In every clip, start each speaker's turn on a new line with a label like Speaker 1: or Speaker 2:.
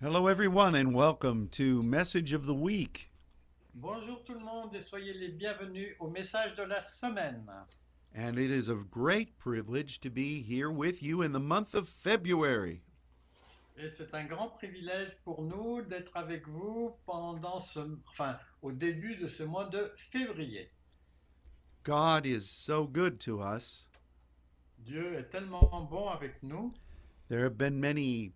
Speaker 1: Hello, everyone, and welcome to Message of the Week.
Speaker 2: Bonjour tout le monde et soyez les bienvenus au message de la semaine.
Speaker 1: And it is a great privilege to be here with you in the month of February.
Speaker 2: Et c'est un grand privilège pour nous d'être avec vous pendant ce, enfin, au début de ce mois de février.
Speaker 1: God is so good to us.
Speaker 2: Dieu est tellement bon avec nous.
Speaker 1: There have been many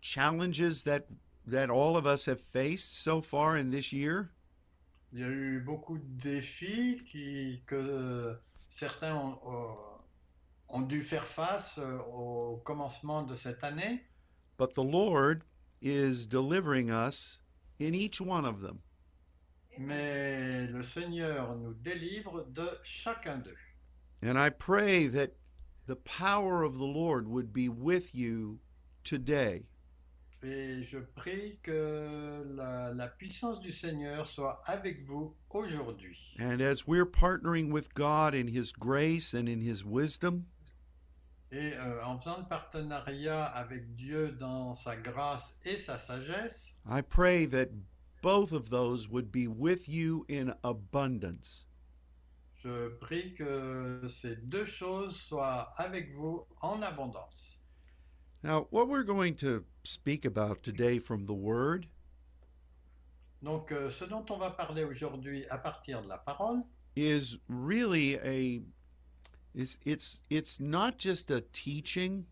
Speaker 1: challenges that that all of us have faced so far in this year,
Speaker 2: Il y a eu beaucoup de défis qui, que certains ont, ont- ont dû faire face euh, au commencement de cette année.
Speaker 1: but the Lord is delivering us in each one of them.
Speaker 2: Mais le Seigneur nous délivre de chacun d'eux.
Speaker 1: And I pray that the power of the Lord would be with you today.
Speaker 2: Et je prie que la, la puissance du Seigneur soit avec vous aujourd'hui.
Speaker 1: And as we're partnering with God in His grace and in His wisdom,
Speaker 2: Et euh, en faisant le partenariat avec Dieu dans sa grâce et sa sagesse,
Speaker 1: I pray that both of those would be with you in abundance.
Speaker 2: je prie que ces deux choses soient avec vous en abondance.
Speaker 1: Now, what we're going to speak about today from the Word
Speaker 2: Donc euh, ce dont on va parler aujourd'hui à partir de la parole,
Speaker 1: is really a is it's it's not just a teaching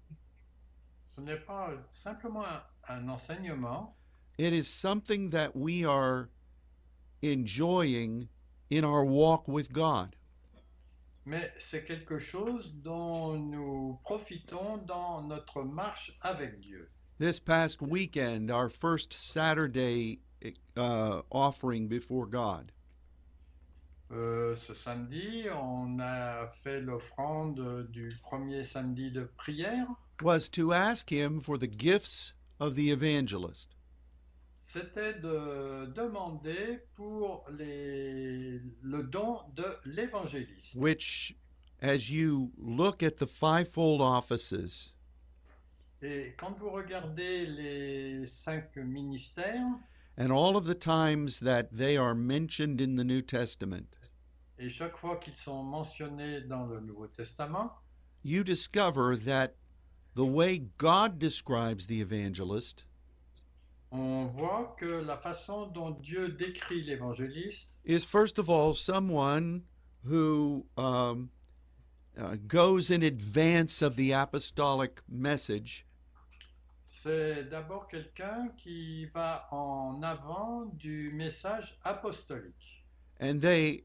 Speaker 2: ce n'est pas simplement un- un enseignement,
Speaker 1: it is something that we are enjoying in our walk with god
Speaker 2: Mais c'est quelque chose dont nous profitons dans notre marche avec Dieu.
Speaker 1: this past weekend our first saturday uh, offering before god
Speaker 2: Euh, ce samedi, on a fait l'offrande du premier samedi de prière.
Speaker 1: was to ask him for the gifts of the evangelist
Speaker 2: C'était de demander pour les- le don de l'évangéliste.
Speaker 1: which as you look at the fivefold offices
Speaker 2: Et quand vous regardez les cinq ministères
Speaker 1: and all of the times that they are mentioned in the new testament
Speaker 2: et chaque fois qu'ils sont mentionnés dans le Nouveau Testament,
Speaker 1: you discover that the way God describes the evangelist
Speaker 2: on voit que la façon dont Dieu décrit l'évangéliste
Speaker 1: is, first of all, someone who um, uh, goes in advance of the apostolic message
Speaker 2: C'est d'abord quelqu'un qui va en avant du message apostolique.
Speaker 1: and they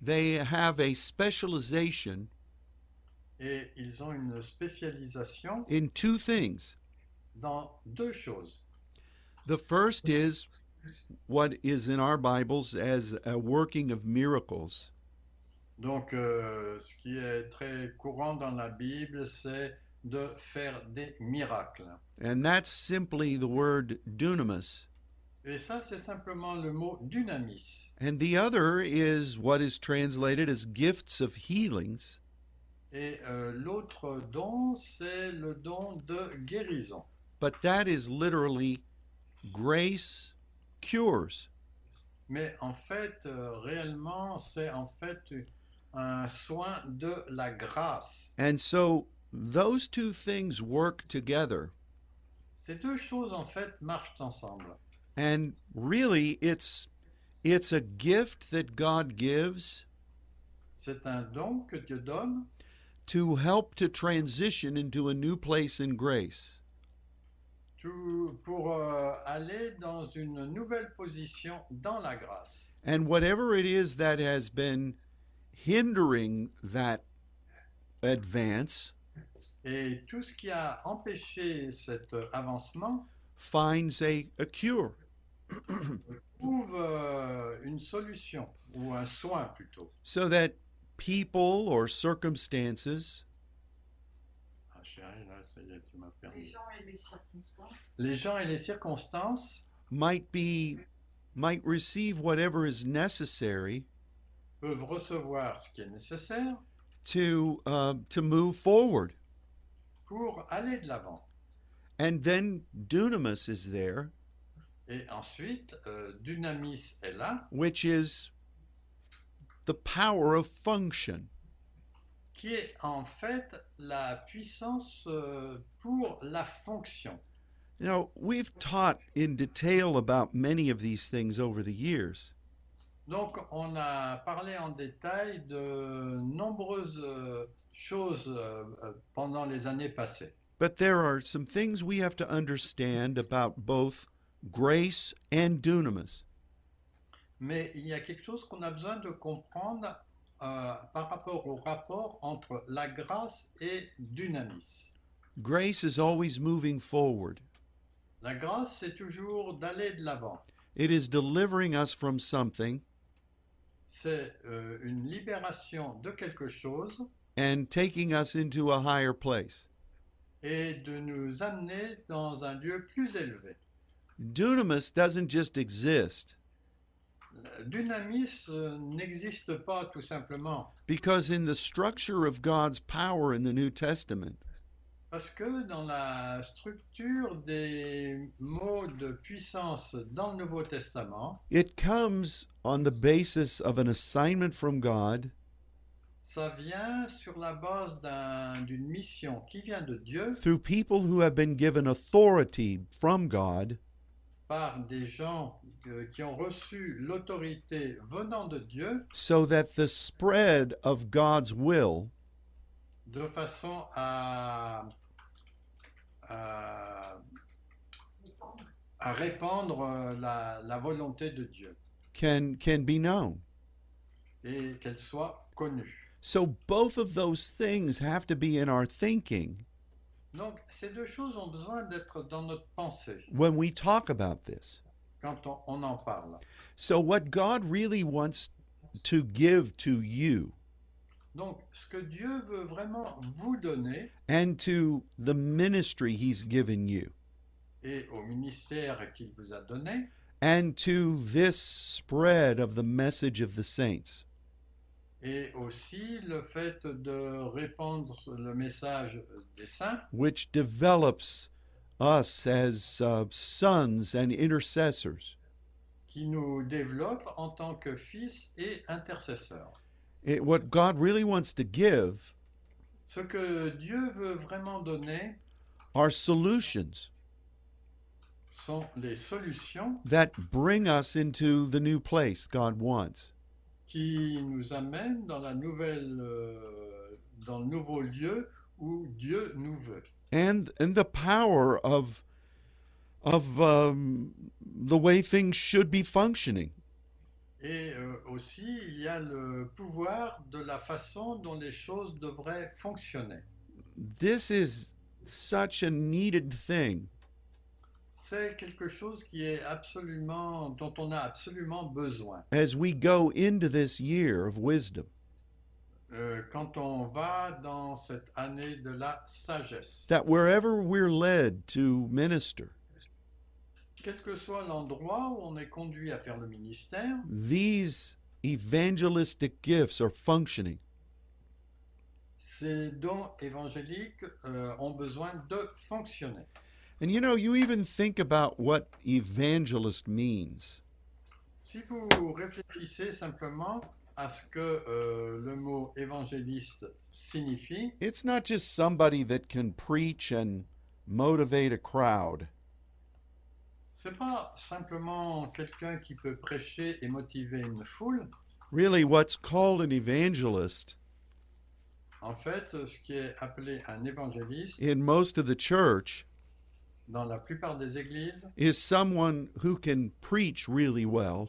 Speaker 1: they have a specialization
Speaker 2: Et ils ont une spécialisation
Speaker 1: in two things
Speaker 2: dans deux choses.
Speaker 1: the first is what is in our bibles as a working of miracles
Speaker 2: Donc, euh, ce qui est très courant dans la Bible, c'est de faire des miracles.
Speaker 1: and that's simply the word dunamis
Speaker 2: Et ça, c'est simplement le mot dynamis.
Speaker 1: And the other is what is translated as gifts of healings,
Speaker 2: Et euh, l'autre don, c'est le don de guérison.
Speaker 1: but that is literally grace cures.
Speaker 2: Mais en fait, euh, réellement, c'est en fait un soin de la grâce.
Speaker 1: And so those two things work together.
Speaker 2: Ces deux choses, en fait, marchent ensemble.
Speaker 1: And really it's it's a gift that God gives
Speaker 2: C'est un don que Dieu donne
Speaker 1: to help to transition into a new place in grace.
Speaker 2: tout- pour euh, aller dans une nouvelle position dans la grâce.
Speaker 1: And whatever it is that has been hindering that advance
Speaker 2: Et tout ce qui a empêché cet avancement
Speaker 1: finds a, a cure.
Speaker 2: trouve euh, une solution, ou un soin plutôt.
Speaker 1: so that people or circumstances
Speaker 2: Ah, chérie, là, ça y est, tu m'as
Speaker 3: Les
Speaker 2: perdu.
Speaker 3: gens et les circonstances
Speaker 2: Les gens et les circonstances
Speaker 1: might be might receive whatever is necessary
Speaker 2: peuvent recevoir ce qui est nécessaire
Speaker 1: to uh, to move forward
Speaker 2: pour aller de l'avant.
Speaker 1: and then dunamis is there
Speaker 2: Et ensuite, euh, dynamis est là,
Speaker 1: which is the power of function.
Speaker 2: qui est en fait la puissance euh, pour la fonction.
Speaker 1: Now, we've taught in detail about many of these things over the years,
Speaker 2: Donc, on a parlé en détail de nombreuses euh, choses euh, euh, pendant les années passées.
Speaker 1: but there are some things we have to understand about both grace and dunamis.
Speaker 2: Mais il y a quelque chose qu'on a besoin de comprendre euh, par rapport au rapport entre la grâce et dynamis.
Speaker 1: Grace is always moving forward,
Speaker 2: La grâce, c'est toujours d'aller de l'avant.
Speaker 1: it is delivering us from something
Speaker 2: C'est euh, une libération de quelque chose
Speaker 1: and taking us into a higher place.
Speaker 2: et de nous amener dans un lieu plus élevé.
Speaker 1: Dunamis doesn't just exist,
Speaker 2: Le Dynamis euh, n'existe pas tout simplement.
Speaker 1: because in the structure of God's power in the New Testament,
Speaker 2: Parce que dans la structure des mots de puissance dans le Nouveau Testament,
Speaker 1: it comes on the basis of an assignment from God
Speaker 2: ça vient sur la base d'un- d'une mission qui vient de Dieu
Speaker 1: through people who have been given authority from God
Speaker 2: par des gens euh, qui ont reçu l'autorité venant de Dieu
Speaker 1: so that the spread of God's will
Speaker 2: de façon à, à, à répandre euh, la, la volonté de Dieu
Speaker 1: can can be known.
Speaker 2: et qu'elle soit connue.
Speaker 1: So both of those things have to be in our thinking
Speaker 2: Donc ces deux choses ont besoin d'être dans notre pensée.
Speaker 1: when we talk about this.
Speaker 2: quand on, on en parle.
Speaker 1: So what God really wants to give to you
Speaker 2: Donc, ce que Dieu veut vraiment vous donner
Speaker 1: and to the ministry he's given you
Speaker 2: et au ministère qu'il vous a donné
Speaker 1: and to this spread of the message of the saints
Speaker 2: et aussi le fait de répandre le message des saints
Speaker 1: which develops us as uh, sons and intercessors.
Speaker 2: qui nous développe en tant que fils et intercesseur.
Speaker 1: It, what God really wants to give
Speaker 2: Ce que Dieu veut vraiment donner
Speaker 1: are solutions
Speaker 2: sont les solutions
Speaker 1: that bring us into the new place God wants.
Speaker 2: qui nous amènent dans la nouvelle, euh, dans le nouveau lieu où Dieu nous veut.
Speaker 1: And, and the power of, of um, the way things should be functioning.
Speaker 2: Et euh, aussi, il y a le pouvoir de la façon dont les choses devraient fonctionner.
Speaker 1: This is such a needed thing.
Speaker 2: C'est quelque chose qui est absolument, dont on a absolument besoin.
Speaker 1: As we go into this year of wisdom,
Speaker 2: Euh, quand on va dans cette année de la sagesse,
Speaker 1: that wherever we're led to minister,
Speaker 2: quel que soit l'endroit où on est conduit à faire le ministère,
Speaker 1: these evangelistic gifts are functioning.
Speaker 2: ces dons évangéliques euh, ont besoin de fonctionner.
Speaker 1: And you know, you even think about what evangelist means.
Speaker 2: Si vous réfléchissez simplement à ce que euh, le mot évangéliste signifie,
Speaker 1: It's not just somebody that can preach and motivate a crowd.
Speaker 2: C'est pas simplement quelqu'un qui peut prêcher et motiver une foule.
Speaker 1: Really, what's called an evangelist
Speaker 2: En fait, ce qui est appelé un évangéliste
Speaker 1: in most of the church
Speaker 2: dans la plupart des églises,
Speaker 1: is someone who can preach really well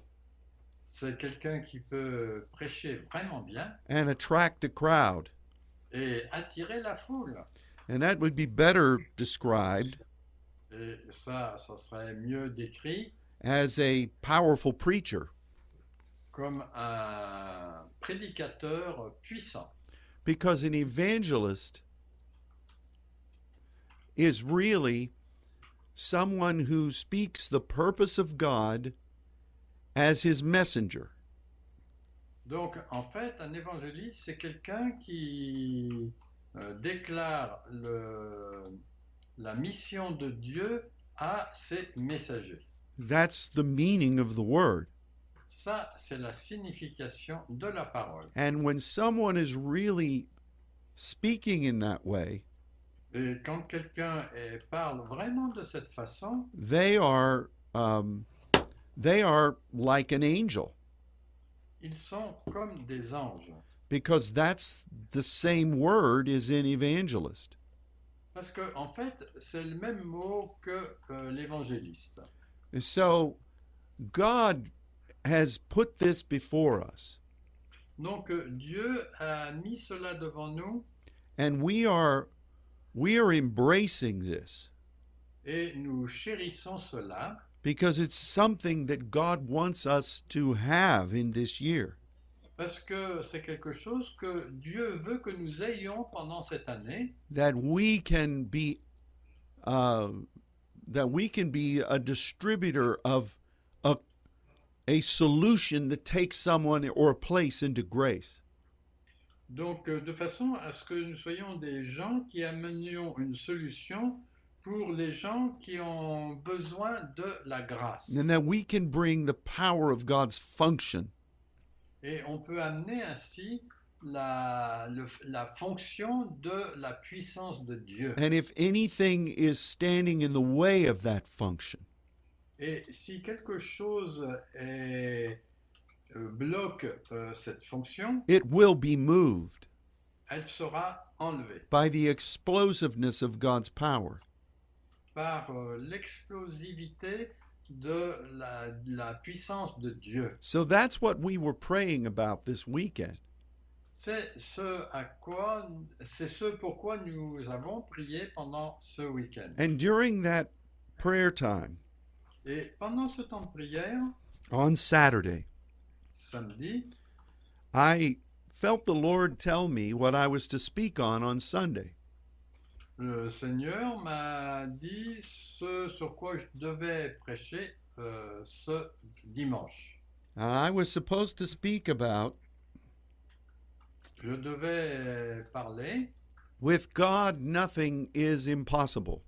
Speaker 2: c'est quelqu'un qui peut prêcher vraiment bien
Speaker 1: and attract a crowd.
Speaker 2: et attirer la foule.
Speaker 1: And that would be better described
Speaker 2: Et ça, ça serait mieux décrit
Speaker 1: as a powerful preacher
Speaker 2: comme un prédicateur puissant.
Speaker 1: because an evangelist is really someone who speaks the purpose of God as his messenger.
Speaker 2: Donc, en fait, un évangéliste, c'est quelqu'un qui euh, déclare le- la mission de Dieu à ses messagers.
Speaker 1: That's the meaning of the word.
Speaker 2: Ça, c'est la signification de la parole.
Speaker 1: And when someone is really speaking in that way,
Speaker 2: Et quand quelqu'un eh, parle vraiment de cette façon,
Speaker 1: they are um, they are like an angel
Speaker 2: ils sont comme des anges.
Speaker 1: because that's the same word is in evangelist.
Speaker 2: Parce que, en fait, c'est le même mot que euh, l'évangéliste.
Speaker 1: So God has put this before us,
Speaker 2: Donc, euh, Dieu a mis cela devant nous
Speaker 1: and we are we are embracing this
Speaker 2: et nous chérissons cela
Speaker 1: because it's something that God wants us to have in this year.
Speaker 2: parce que c'est quelque chose que Dieu veut que nous ayons pendant cette année,
Speaker 1: That we can be uh, that we can be a distributor of a a solution that takes someone or a place into grace.
Speaker 2: donc euh, de façon à ce que nous soyons des gens qui amenions une solution pour les gens qui ont besoin de la grâce.
Speaker 1: And that we can bring the power of God's function
Speaker 2: Et on peut amener ainsi la, le- la fonction de la puissance de Dieu.
Speaker 1: And if anything is standing in the way of that function,
Speaker 2: Et si quelque chose est- euh, bloque euh, cette fonction,
Speaker 1: it will be moved
Speaker 2: elle sera enlevée
Speaker 1: by the explosiveness of God's power.
Speaker 2: par euh, l'explosivité de la, de la puissance de Dieu.
Speaker 1: So that's what we were praying about this weekend.
Speaker 2: C'est ce à quoi, c'est ce pourquoi nous avons prié pendant ce week-end.
Speaker 1: And during that prayer time
Speaker 2: Et pendant ce temps de prière,
Speaker 1: on Saturday,
Speaker 2: samedi,
Speaker 1: I felt the Lord tell me what I was to speak on on Sunday.
Speaker 2: Le Seigneur m'a dit ce sur quoi je devais prêcher euh, ce dimanche.
Speaker 1: And I was supposed to speak about
Speaker 2: Je devais parler
Speaker 1: with God, nothing is impossible.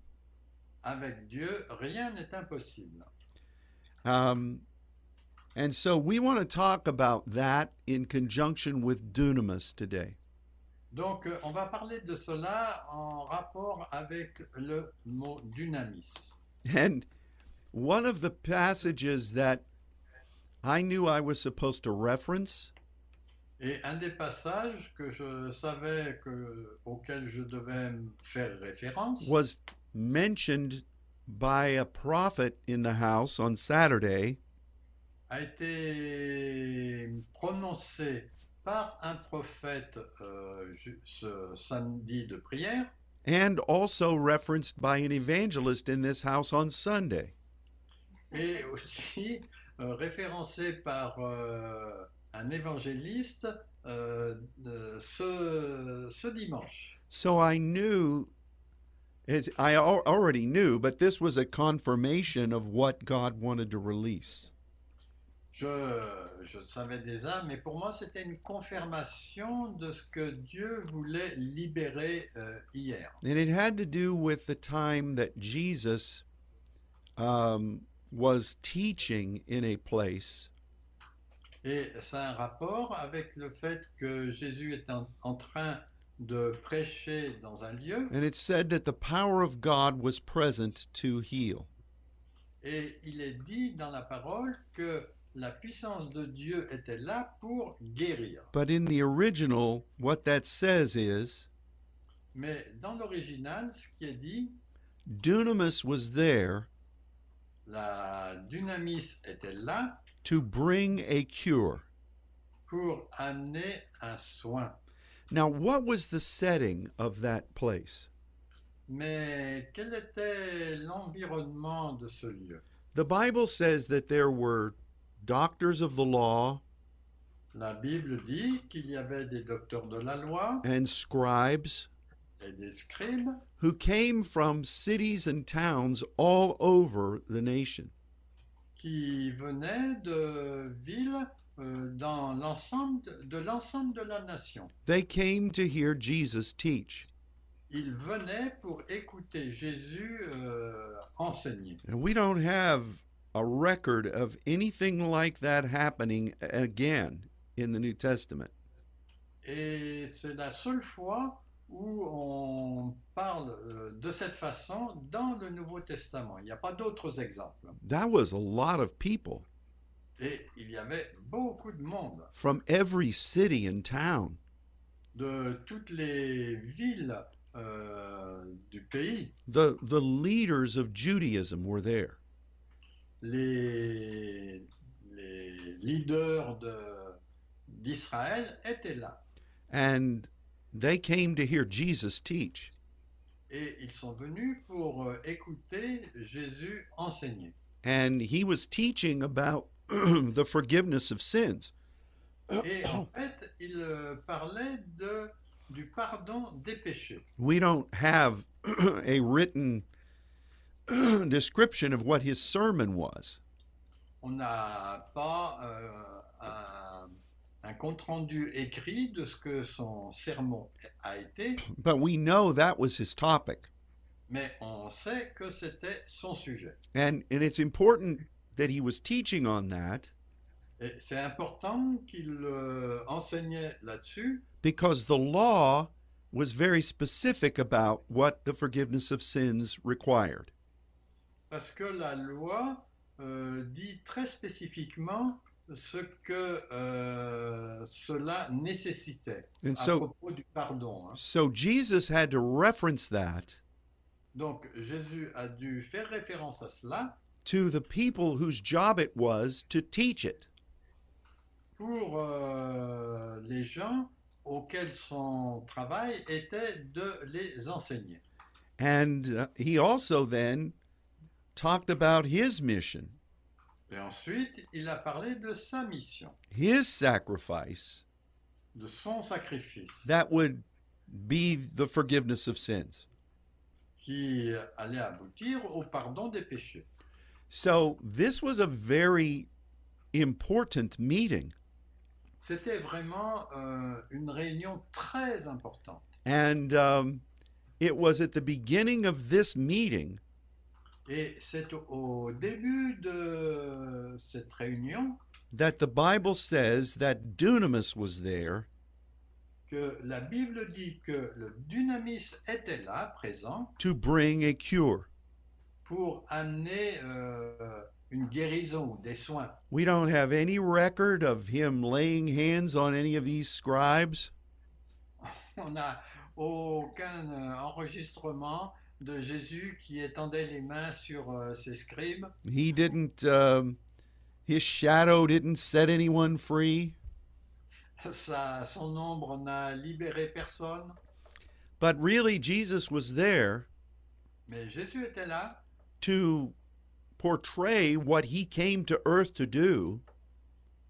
Speaker 2: avec Dieu, rien n'est impossible.
Speaker 1: Um, and so we want to talk about that in conjunction with dunamis today.
Speaker 2: Donc, euh, on va parler de cela en rapport avec le mot dynamis.
Speaker 1: And one of the passages that I knew I was supposed to reference
Speaker 2: Et un des passages que je savais que, auquel je devais me faire référence
Speaker 1: was mentioned by a prophet in the house on Saturday,
Speaker 2: a été prononcé par un prophète euh, ju- ce samedi de prière
Speaker 1: and also referenced by an evangelist in this house on Sunday.
Speaker 2: et aussi euh, référencé par euh, un évangéliste euh, de- ce, ce dimanche.
Speaker 1: So I knew, as I al- already knew, but this was a confirmation of what God wanted to release.
Speaker 2: Je, je le savais déjà, mais pour moi c'était une confirmation de ce que Dieu voulait libérer euh, hier.
Speaker 1: And it had to do with the time that Jesus um, was teaching in a place
Speaker 2: Et ça a un rapport avec le fait que Jésus est en, en train de prêcher dans un lieu
Speaker 1: and it said that the power of God was present to heal.
Speaker 2: et il est dit dans la parole que la puissance de Dieu était là pour guérir.
Speaker 1: But in the original, what that says is
Speaker 2: Mais dans l'original, ce qui est dit,
Speaker 1: dunamis was there
Speaker 2: la dynamis était là
Speaker 1: to bring a cure.
Speaker 2: pour amener un soin.
Speaker 1: Now, what was the setting of that place?
Speaker 2: Mais quel était l'environnement de ce lieu
Speaker 1: The Bible says that there were doctors of the law
Speaker 2: La Bible dit qu'il y avait des docteurs de la loi
Speaker 1: and scribes
Speaker 2: et des scribes
Speaker 1: who came from cities and towns all over the nation.
Speaker 2: qui venaient de villes euh, dans l'ensemble de- de l'ensemble de la nation.
Speaker 1: They came to hear Jesus teach.
Speaker 2: Ils venaient pour écouter Jésus euh, enseigner.
Speaker 1: And we don't have a record of anything like that happening again in the New Testament.
Speaker 2: Et c'est la seule fois où on parle euh, de cette façon dans le Nouveau Testament. Il n'y a pas d'autres exemples.
Speaker 1: That was a lot of people
Speaker 2: Et il y avait beaucoup de monde
Speaker 1: from every city and town.
Speaker 2: de toutes les villes euh, du pays.
Speaker 1: The, the leaders of Judaism were there.
Speaker 2: Les, les leaders de- d'Israël étaient là
Speaker 1: And they came to hear Jesus teach.
Speaker 2: et ils sont venus pour euh, écouter Jésus enseigner.
Speaker 1: And he was teaching about the forgiveness of sins.
Speaker 2: Et en fait, il euh, parlait de, du pardon des péchés.
Speaker 1: We don't have a written description of what his sermon was,
Speaker 2: On n'a pas euh, un, un compte-rendu écrit de ce que son sermon a été,
Speaker 1: but we know that was his topic.
Speaker 2: mais on sait que c'était son sujet.
Speaker 1: And, and it's important that he was teaching on that
Speaker 2: Et c'est important qu'il euh, enseignait là-dessus
Speaker 1: because the law was very specific about what the forgiveness of sins required.
Speaker 2: parce que la loi euh, dit très spécifiquement ce que euh, cela nécessitait
Speaker 1: And
Speaker 2: à
Speaker 1: so,
Speaker 2: propos du pardon. hein.
Speaker 1: so Jesus had to reference that
Speaker 2: Donc Jésus a dû faire référence à cela
Speaker 1: to the people whose job it was to teach it.
Speaker 2: pour euh, les gens auxquels son travail était de les enseigner.
Speaker 1: And uh, he also then talked about his mission,
Speaker 2: Et ensuite, il a parlé de sa mission,
Speaker 1: his sacrifice
Speaker 2: de son sacrifice,
Speaker 1: that would be the forgiveness of sins.
Speaker 2: qui allait aboutir au pardon des péchés.
Speaker 1: So this was a very important meeting.
Speaker 2: C'était vraiment euh, une réunion très importante.
Speaker 1: And um, it was at the beginning of this meeting
Speaker 2: Et c'est au- au début de cette réunion
Speaker 1: that the Bible says that Dunamis was there
Speaker 2: que la Bible dit que le dynamis était là, présent,
Speaker 1: to bring a cure.
Speaker 2: pour amener euh, une guérison ou des soins.
Speaker 1: We don't have any record of him laying hands on any of these scribes.
Speaker 2: On n'a aucun euh, enregistrement de Jésus qui étendait les mains sur euh, ses scribes.
Speaker 1: He didn't, um, his shadow didn't set anyone free.
Speaker 2: Sa- son ombre n'a libéré personne,
Speaker 1: But really, Jesus was there
Speaker 2: mais Jésus était là
Speaker 1: to portray what he came to earth to do,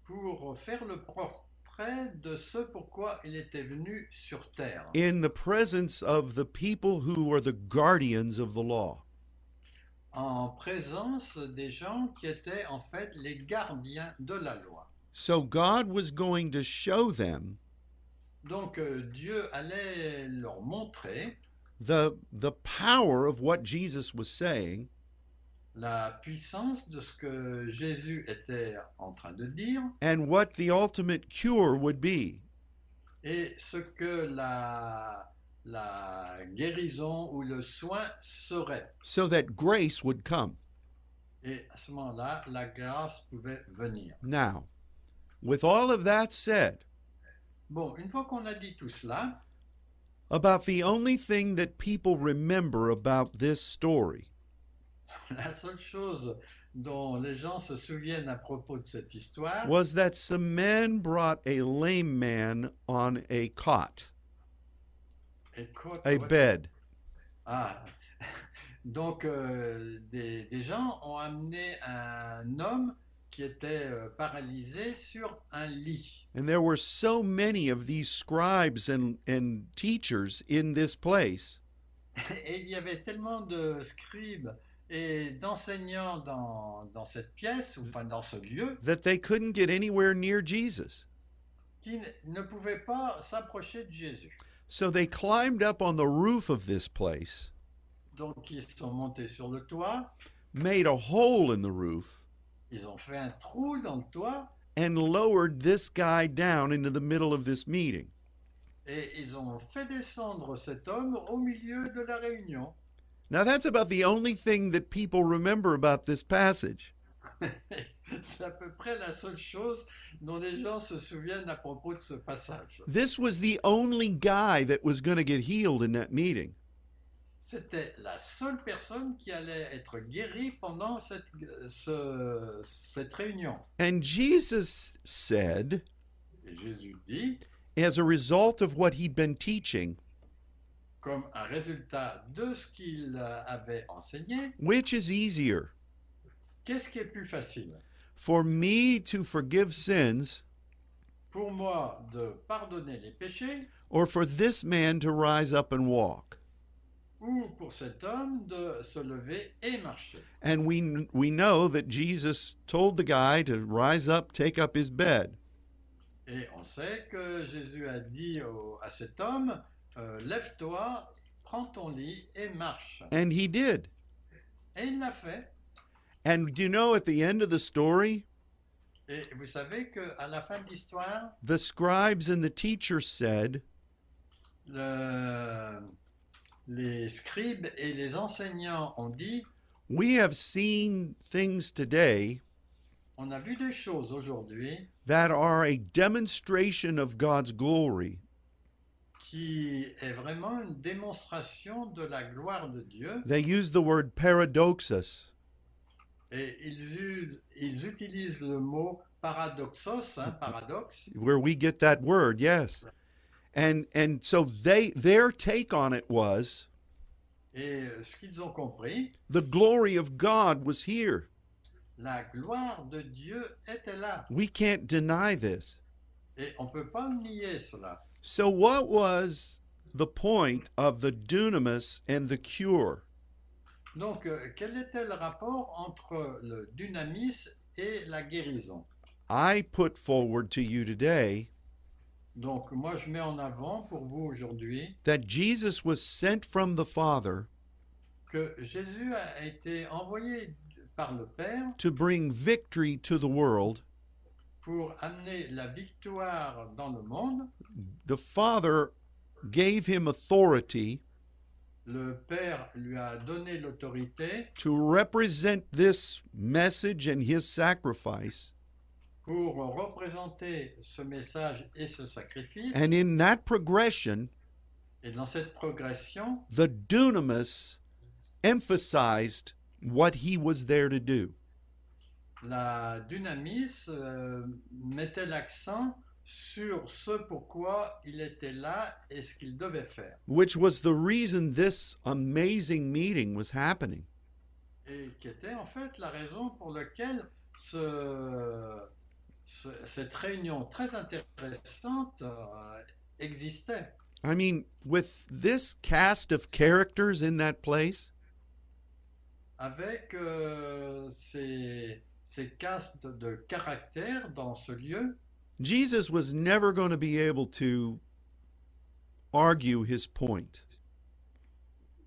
Speaker 2: pour faire le portrait de ce pourquoi il était venu sur terre,
Speaker 1: in the presence of the people who are the guardians of the law.
Speaker 2: en présence des gens qui étaient en fait les gardiens de la loi.
Speaker 1: So God was going to show them
Speaker 2: Donc euh, Dieu allait leur montrer
Speaker 1: the the power of what Jesus was saying
Speaker 2: la puissance de ce que Jésus était en train de dire
Speaker 1: and what the ultimate cure would be.
Speaker 2: et ce que la, la guérison ou le soin serait.
Speaker 1: so that grace would come.
Speaker 2: Et à ce moment-là, la grâce pouvait venir.
Speaker 1: Now, with all of that said,
Speaker 2: Bon, une fois qu'on a dit tout cela,
Speaker 1: about the only thing that people remember about this story
Speaker 2: la seule chose dont les gens se souviennent à propos de cette histoire,
Speaker 1: was that some men brought a lame man on a cot,
Speaker 2: est quoi-
Speaker 1: a
Speaker 2: ouais.
Speaker 1: bed,
Speaker 2: Ah. Donc, euh, des, des gens ont amené un homme qui était euh, paralysé sur un lit.
Speaker 1: and there were so many of these scribes and, and teachers in this place
Speaker 2: Et il y avait tellement de scribes et d'enseignants dans, dans cette pièce, ou enfin dans ce lieu,
Speaker 1: that they couldn't get anywhere near Jesus.
Speaker 2: qui ne- ne pouvaient pas s'approcher de Jésus.
Speaker 1: So they climbed up on the roof of this place,
Speaker 2: Donc ils sont montés sur le toit,
Speaker 1: made a hole in the roof,
Speaker 2: Ils ont fait un trou dans le toit
Speaker 1: and lowered this guy down into the middle of this meeting.
Speaker 2: et ils ont fait descendre cet homme au milieu de la réunion.
Speaker 1: Now, that's about the only thing that people remember about this passage.
Speaker 2: C'est à peu près la seule chose dont les gens se souviennent à propos de ce passage.
Speaker 1: This was the only guy that was going to get healed in that meeting.
Speaker 2: C'était la seule personne qui allait être guérie pendant cette, ce- cette réunion.
Speaker 1: And Jesus said,
Speaker 2: Et Jésus dit,
Speaker 1: as a result of what he'd been teaching,
Speaker 2: comme un résultat de ce qu'il avait enseigné,
Speaker 1: which is easier,
Speaker 2: qu'est-ce qui est plus facile
Speaker 1: for me to forgive sins
Speaker 2: pour moi de pardonner les péchés
Speaker 1: or for this man to rise up and walk?
Speaker 2: ou pour cet homme de se lever et marcher
Speaker 1: And we, we know that Jesus told the guy to rise up, take up his bed.
Speaker 2: Et on sait que Jésus a dit au- à cet homme, euh, lève-toi, prends ton lit et marche.
Speaker 1: And he did.
Speaker 2: Et il l'a fait.
Speaker 1: And do you know at the end of the story,
Speaker 2: Et vous savez qu'à la fin de l'histoire,
Speaker 1: the scribes and the teacher said,
Speaker 2: le- les scribes et les enseignants ont dit,
Speaker 1: We have seen things today
Speaker 2: on a vu des choses aujourd'hui
Speaker 1: that are a demonstration of God's glory,
Speaker 2: qui est vraiment une démonstration de la gloire de Dieu.
Speaker 1: They use the word paradoxus.
Speaker 2: Et ils, usent- ils utilisent le mot paradoxos, hein, paradoxe.
Speaker 1: where we get that word yes and and so they their take on it was
Speaker 2: Et euh, ce qu'ils ont compris,
Speaker 1: the glory of god was here
Speaker 2: La gloire de Dieu était là.
Speaker 1: we can't deny this
Speaker 2: Et on ne peut pas nier cela.
Speaker 1: so what was the point of the dunamis and the cure
Speaker 2: Donc, euh, quel était le rapport entre le dynamis et la guérison
Speaker 1: i put forward to you today
Speaker 2: Donc, moi, je mets en avant pour vous aujourd'hui
Speaker 1: that jesus was sent from the father
Speaker 2: que Jésus a été envoyé par le Père
Speaker 1: to bring victory to the world
Speaker 2: pour amener la victoire dans le monde.
Speaker 1: the father gave him authority
Speaker 2: Le Père lui a donné l'autorité
Speaker 1: to represent this message and his sacrifice
Speaker 2: pour représenter ce message et ce sacrifice.
Speaker 1: And in that progression,
Speaker 2: Et dans cette progression,
Speaker 1: the dunamis emphasized what he was there to do.
Speaker 2: la dynamis euh, mettait l'accent sur ce pourquoi il était là et ce qu'il devait faire,
Speaker 1: Which was the reason this amazing meeting was happening.
Speaker 2: et qui était en fait la raison pour laquelle ce- ce- cette réunion très intéressante euh, existait.
Speaker 1: I mean, with this cast of characters in that place,
Speaker 2: Avec euh, ces, ces castes de caractère dans ce lieu,
Speaker 1: Jesus was never going to be able to argue his point.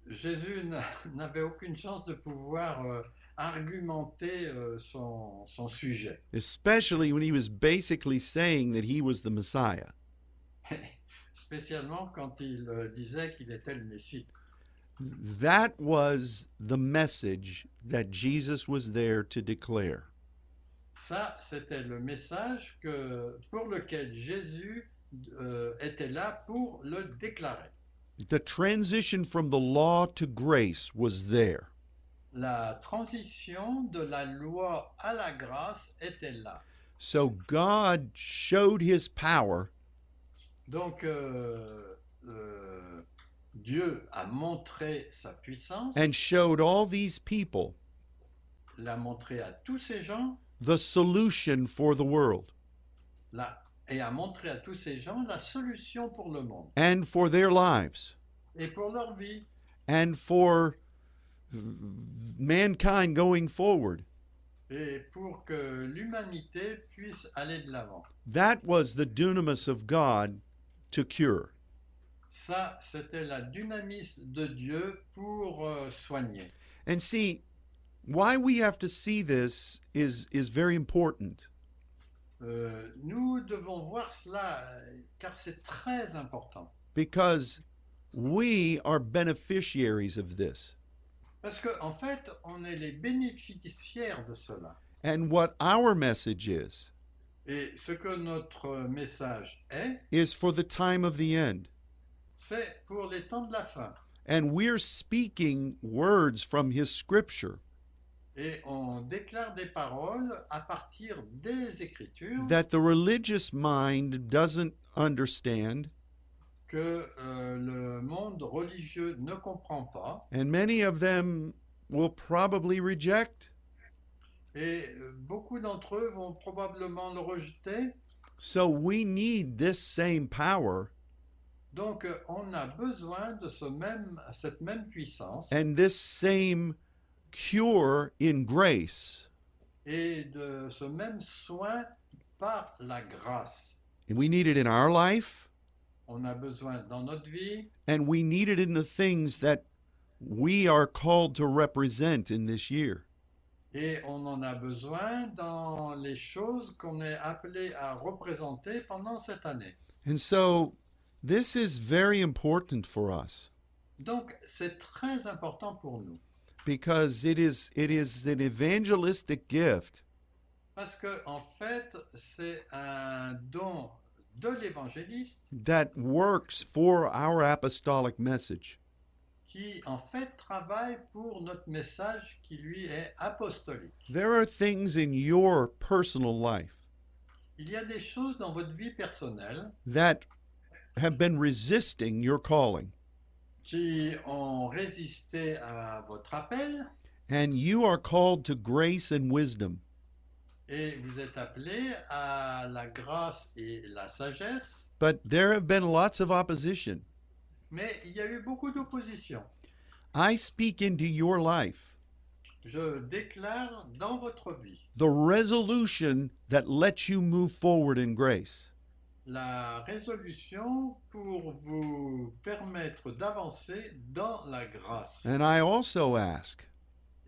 Speaker 2: Jésus n'a- n'avait aucune chance de pouvoir euh, argumenter euh, son- son sujet.
Speaker 1: Especially when he was basically saying that he was the Messiah.
Speaker 2: spécialement quand il euh, disait qu'il était le Messie.
Speaker 1: That was the message that Jesus was there to declare.
Speaker 2: Ça, c'était le message que, pour lequel Jésus euh, était là pour le déclarer.
Speaker 1: The transition from the law to grace was there.
Speaker 2: La transition de la loi à la grâce était là.
Speaker 1: So God showed his power
Speaker 2: Donc, euh, euh, Dieu a montré sa puissance,
Speaker 1: and showed all these people
Speaker 2: l'a montré à tous ces gens,
Speaker 1: the solution for the world
Speaker 2: l'a- et a montré à tous ces gens la solution pour le monde
Speaker 1: and for their lives
Speaker 2: et pour leur vie.
Speaker 1: and for mankind going forward.
Speaker 2: et pour que l'humanité puisse aller de l'avant.
Speaker 1: That was the dunamis of God to cure.
Speaker 2: Ça, c'était la dynamis de Dieu pour euh, soigner.
Speaker 1: And see, Why we have to see this is is very important.
Speaker 2: Euh, nous devons voir cela euh, car c'est très important.
Speaker 1: because we are beneficiaries of this.
Speaker 2: Parce qu'en en fait, on est les bénéficiaires de cela.
Speaker 1: And what our message is,
Speaker 2: Et ce que notre message est,
Speaker 1: is for the time of the end.
Speaker 2: c'est pour les temps de la fin.
Speaker 1: And we're speaking words from his scripture
Speaker 2: Et on déclare des paroles à partir des Écritures
Speaker 1: that the religious mind doesn't understand,
Speaker 2: que euh, le monde religieux ne comprend pas
Speaker 1: and many of them will probably reject.
Speaker 2: et euh, beaucoup d'entre eux vont probablement le rejeter.
Speaker 1: So we need this same power
Speaker 2: Donc euh, on a besoin de ce même, cette même puissance
Speaker 1: and this same cure in grace.
Speaker 2: et de ce même soin par la grâce.
Speaker 1: And we need it in our life,
Speaker 2: On a besoin dans notre vie,
Speaker 1: and we need it in the things that we are called to represent in this year.
Speaker 2: Et on en a besoin dans les choses qu'on est appelé à représenter pendant cette année.
Speaker 1: And so this is very important for us
Speaker 2: Donc c'est très important pour nous
Speaker 1: because it is it is an evangelistic gift
Speaker 2: parce que en fait c'est un don de l'évangéliste
Speaker 1: that works for our apostolic message.
Speaker 2: qui en fait travaille pour notre message qui lui est apostolique.
Speaker 1: There are things in your personal life
Speaker 2: Il y a des choses dans votre vie personnelle
Speaker 1: that have been resisting your calling
Speaker 2: qui ont résisté à votre appel
Speaker 1: and you are called to grace and wisdom.
Speaker 2: et vous êtes appelé à la grâce et la sagesse.
Speaker 1: But there have been lots of opposition.
Speaker 2: Mais il y a eu beaucoup d'opposition.
Speaker 1: I speak into your life
Speaker 2: Je déclare dans votre vie
Speaker 1: the resolution that lets you move forward in grace.
Speaker 2: la résolution pour vous permettre d'avancer dans la grâce.
Speaker 1: And I also ask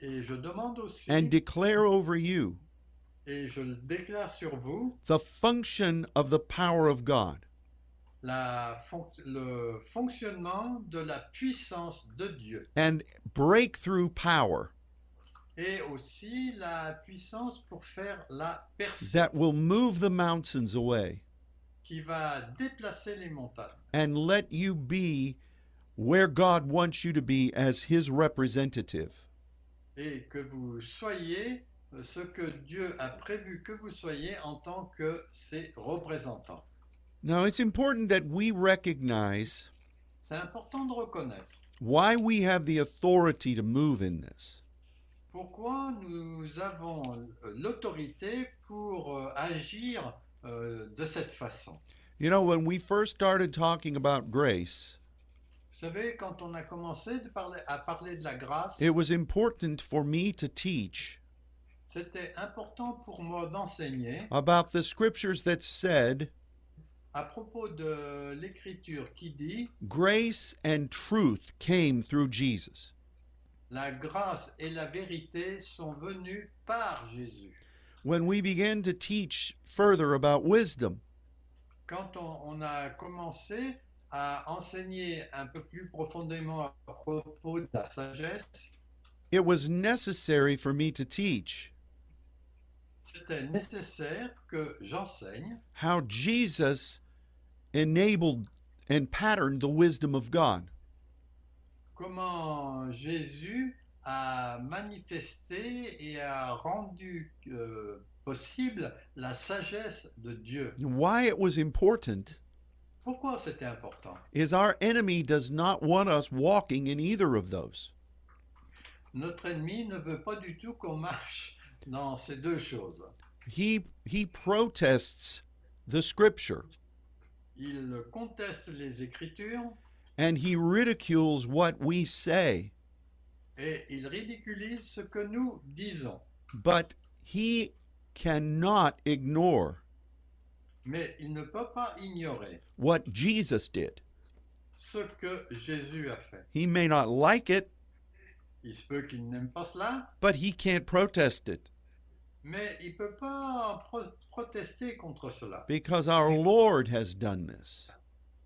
Speaker 2: Et je demande aussi,
Speaker 1: and declare over you
Speaker 2: et je le déclare sur vous,
Speaker 1: the function of the power of God.
Speaker 2: la fon- le fonctionnement de la puissance de Dieu
Speaker 1: And breakthrough power
Speaker 2: et aussi la puissance pour faire la percée
Speaker 1: that will move the mountains away
Speaker 2: qui va déplacer les montagnes
Speaker 1: and let you be where God wants you to be as His representative.
Speaker 2: et que vous soyez euh, ce que Dieu a prévu que vous soyez en tant que ses représentants.
Speaker 1: Now, it's important that we recognize
Speaker 2: C'est important de reconnaître
Speaker 1: why we have the authority to move in this.
Speaker 2: pourquoi nous avons euh, l'autorité pour euh, agir euh, de cette façon.
Speaker 1: You know, when we first started talking about grace,
Speaker 2: Vous savez, quand on a commencé de parler- à parler de la grâce,
Speaker 1: it was important for me to teach
Speaker 2: c'était important pour moi d'enseigner
Speaker 1: about the scriptures that said
Speaker 2: à propos de l'écriture qui dit
Speaker 1: grace and truth came through Jesus.
Speaker 2: la grâce et la vérité sont venues par Jésus.
Speaker 1: When we began to teach further about wisdom,
Speaker 2: Quand on, on a commencé à enseigner un peu plus profondément à propos de la sagesse,
Speaker 1: it was necessary for me to teach
Speaker 2: c'était nécessaire que j'enseigne
Speaker 1: how Jesus enabled and patterned the wisdom of God.
Speaker 2: comment Jésus a manifesté et a rendu euh, possible la sagesse de Dieu.
Speaker 1: Why it was important
Speaker 2: Pourquoi c'était important
Speaker 1: is our enemy does not want us walking in either of those.
Speaker 2: Notre ennemi ne veut pas du tout qu'on marche dans ces deux choses.
Speaker 1: He he protests the scripture
Speaker 2: Il conteste les Écritures
Speaker 1: and he ridicules what we say.
Speaker 2: et il ridiculise ce que nous disons.
Speaker 1: but he cannot ignore
Speaker 2: Mais il ne peut pas ignorer
Speaker 1: what Jesus did.
Speaker 2: ce que Jésus a fait.
Speaker 1: He may not like it,
Speaker 2: Il se peut qu'il n'aime pas cela,
Speaker 1: but he can't protest it
Speaker 2: mais il peut pas pro- protester contre cela
Speaker 1: because our Lord has done this.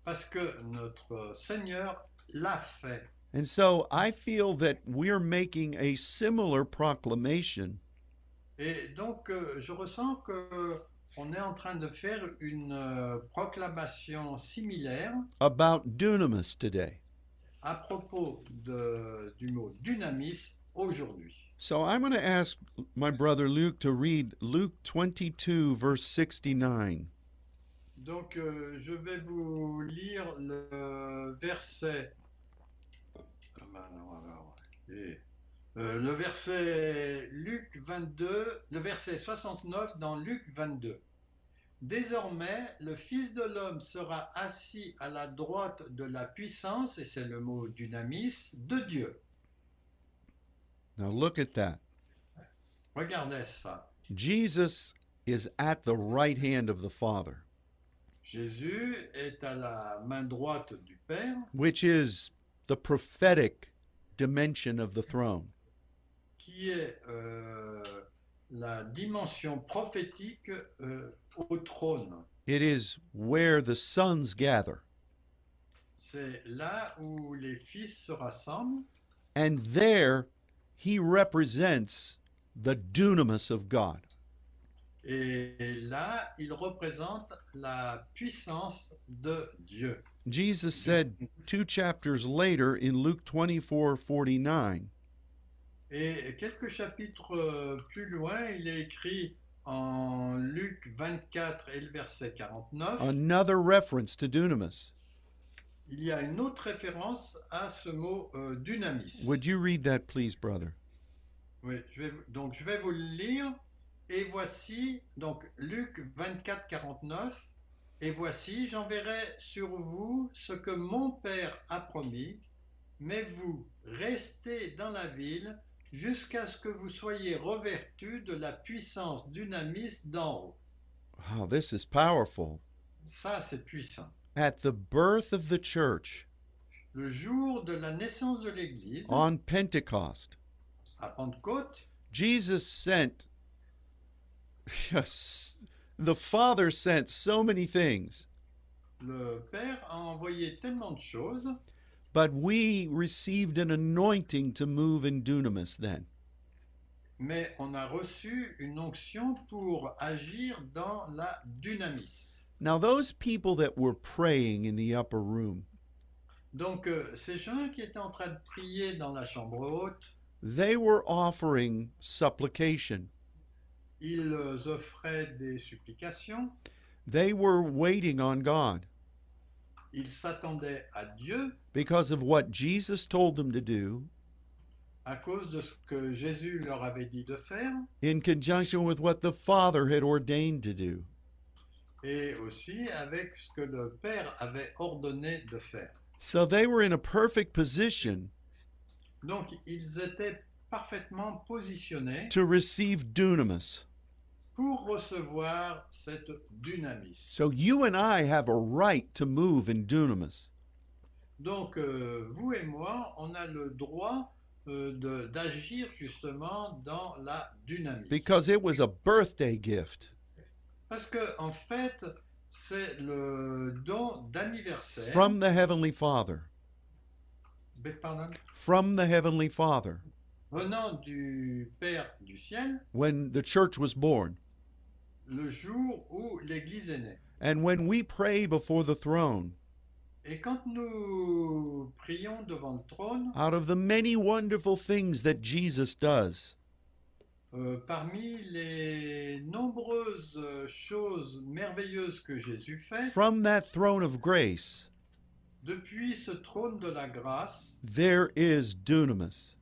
Speaker 2: parce que notre Seigneur l'a fait.
Speaker 1: And so I feel that we're making a similar proclamation
Speaker 2: Et donc, euh, je ressens que on est en train de faire une euh, proclamation similaire
Speaker 1: about dunamis today.
Speaker 2: à propos de- du mot dynamis aujourd'hui.
Speaker 1: So I'm going to ask my brother Luke to read Luke 22, verse 69.
Speaker 2: Donc, euh, je vais vous lire le verset. Ah ben non, alors, et, euh, le verset Luc 22, le verset 69 dans Luc 22. Désormais, le Fils de l'homme sera assis à la droite de la puissance, et c'est le mot dynamis, de Dieu.
Speaker 1: Now look at that.
Speaker 2: Regardez ça.
Speaker 1: Jesus is at the right hand of the Father,
Speaker 2: Jésus est à la main droite du Père,
Speaker 1: which is the prophetic dimension of the throne.
Speaker 2: qui est euh, la dimension prophétique euh, au trône.
Speaker 1: It is where the sons gather,
Speaker 2: C'est là où les fils se rassemblent
Speaker 1: and there he represents the dunamis of God.
Speaker 2: et là, il représente la puissance de Dieu.
Speaker 1: Jesus said two chapters later in Luke 24 49,
Speaker 2: Et quelques chapitres euh, plus loin, il est écrit en Luc 24 et le verset 49,
Speaker 1: another reference to dunamis.
Speaker 2: il y a une autre référence à ce mot euh, dynamis.
Speaker 1: Would you read that, please, brother?
Speaker 2: Oui, je vais, donc je vais vous le lire. Et voici, donc Luc 24, 49. Et voici, j'enverrai sur vous ce que mon Père a promis, mais vous restez dans la ville jusqu'à ce que vous soyez revêtus de la puissance dynamis d'en haut.
Speaker 1: Wow, this is powerful.
Speaker 2: Ça, c'est puissant.
Speaker 1: At the birth of the church
Speaker 2: Le jour de la naissance de l'Église,
Speaker 1: on Pentecost,
Speaker 2: à Pentecôte,
Speaker 1: Jesus sent, yes, the Father sent so many things,
Speaker 2: le Père a envoyé tellement de choses,
Speaker 1: but we received an anointing to move in dunamis then.
Speaker 2: mais on a reçu une onction pour agir dans la dynamis.
Speaker 1: Now, those people that were praying in the upper room,
Speaker 2: Donc euh, ces gens qui étaient en train de prier dans la chambre haute,
Speaker 1: they were offering supplication.
Speaker 2: ils offraient des supplications,
Speaker 1: They were waiting on God
Speaker 2: ils s'attendaient à Dieu
Speaker 1: because of what Jesus told them to do
Speaker 2: à cause de ce que Jésus leur avait dit de faire
Speaker 1: in conjunction with what the Father had ordained to do.
Speaker 2: et aussi avec ce que le Père avait ordonné de faire.
Speaker 1: So they were in a perfect position
Speaker 2: Donc ils étaient parfaitement positionnés
Speaker 1: to receive dunamis.
Speaker 2: pour recevoir cette dynamis.
Speaker 1: So you and I have a right to move in dunamis.
Speaker 2: Donc, euh, vous et moi, on a le droit euh, de- d'agir justement dans la dynamique.
Speaker 1: because it was a birthday gift
Speaker 2: Parce que, en fait, c'est le don d'anniversaire.
Speaker 1: from the Heavenly Father.
Speaker 2: Ben, pardon.
Speaker 1: From the Heavenly Father
Speaker 2: venant du Père du ciel,
Speaker 1: when the church was born.
Speaker 2: le jour où l'Église est née.
Speaker 1: And when we pray before the throne,
Speaker 2: Et quand nous prions devant le trône,
Speaker 1: out of the many wonderful things that Jesus does,
Speaker 2: euh, parmi les nombreuses choses merveilleuses que Jésus fait,
Speaker 1: from that throne of grace,
Speaker 2: depuis ce trône de la grâce,
Speaker 1: there is dunamis.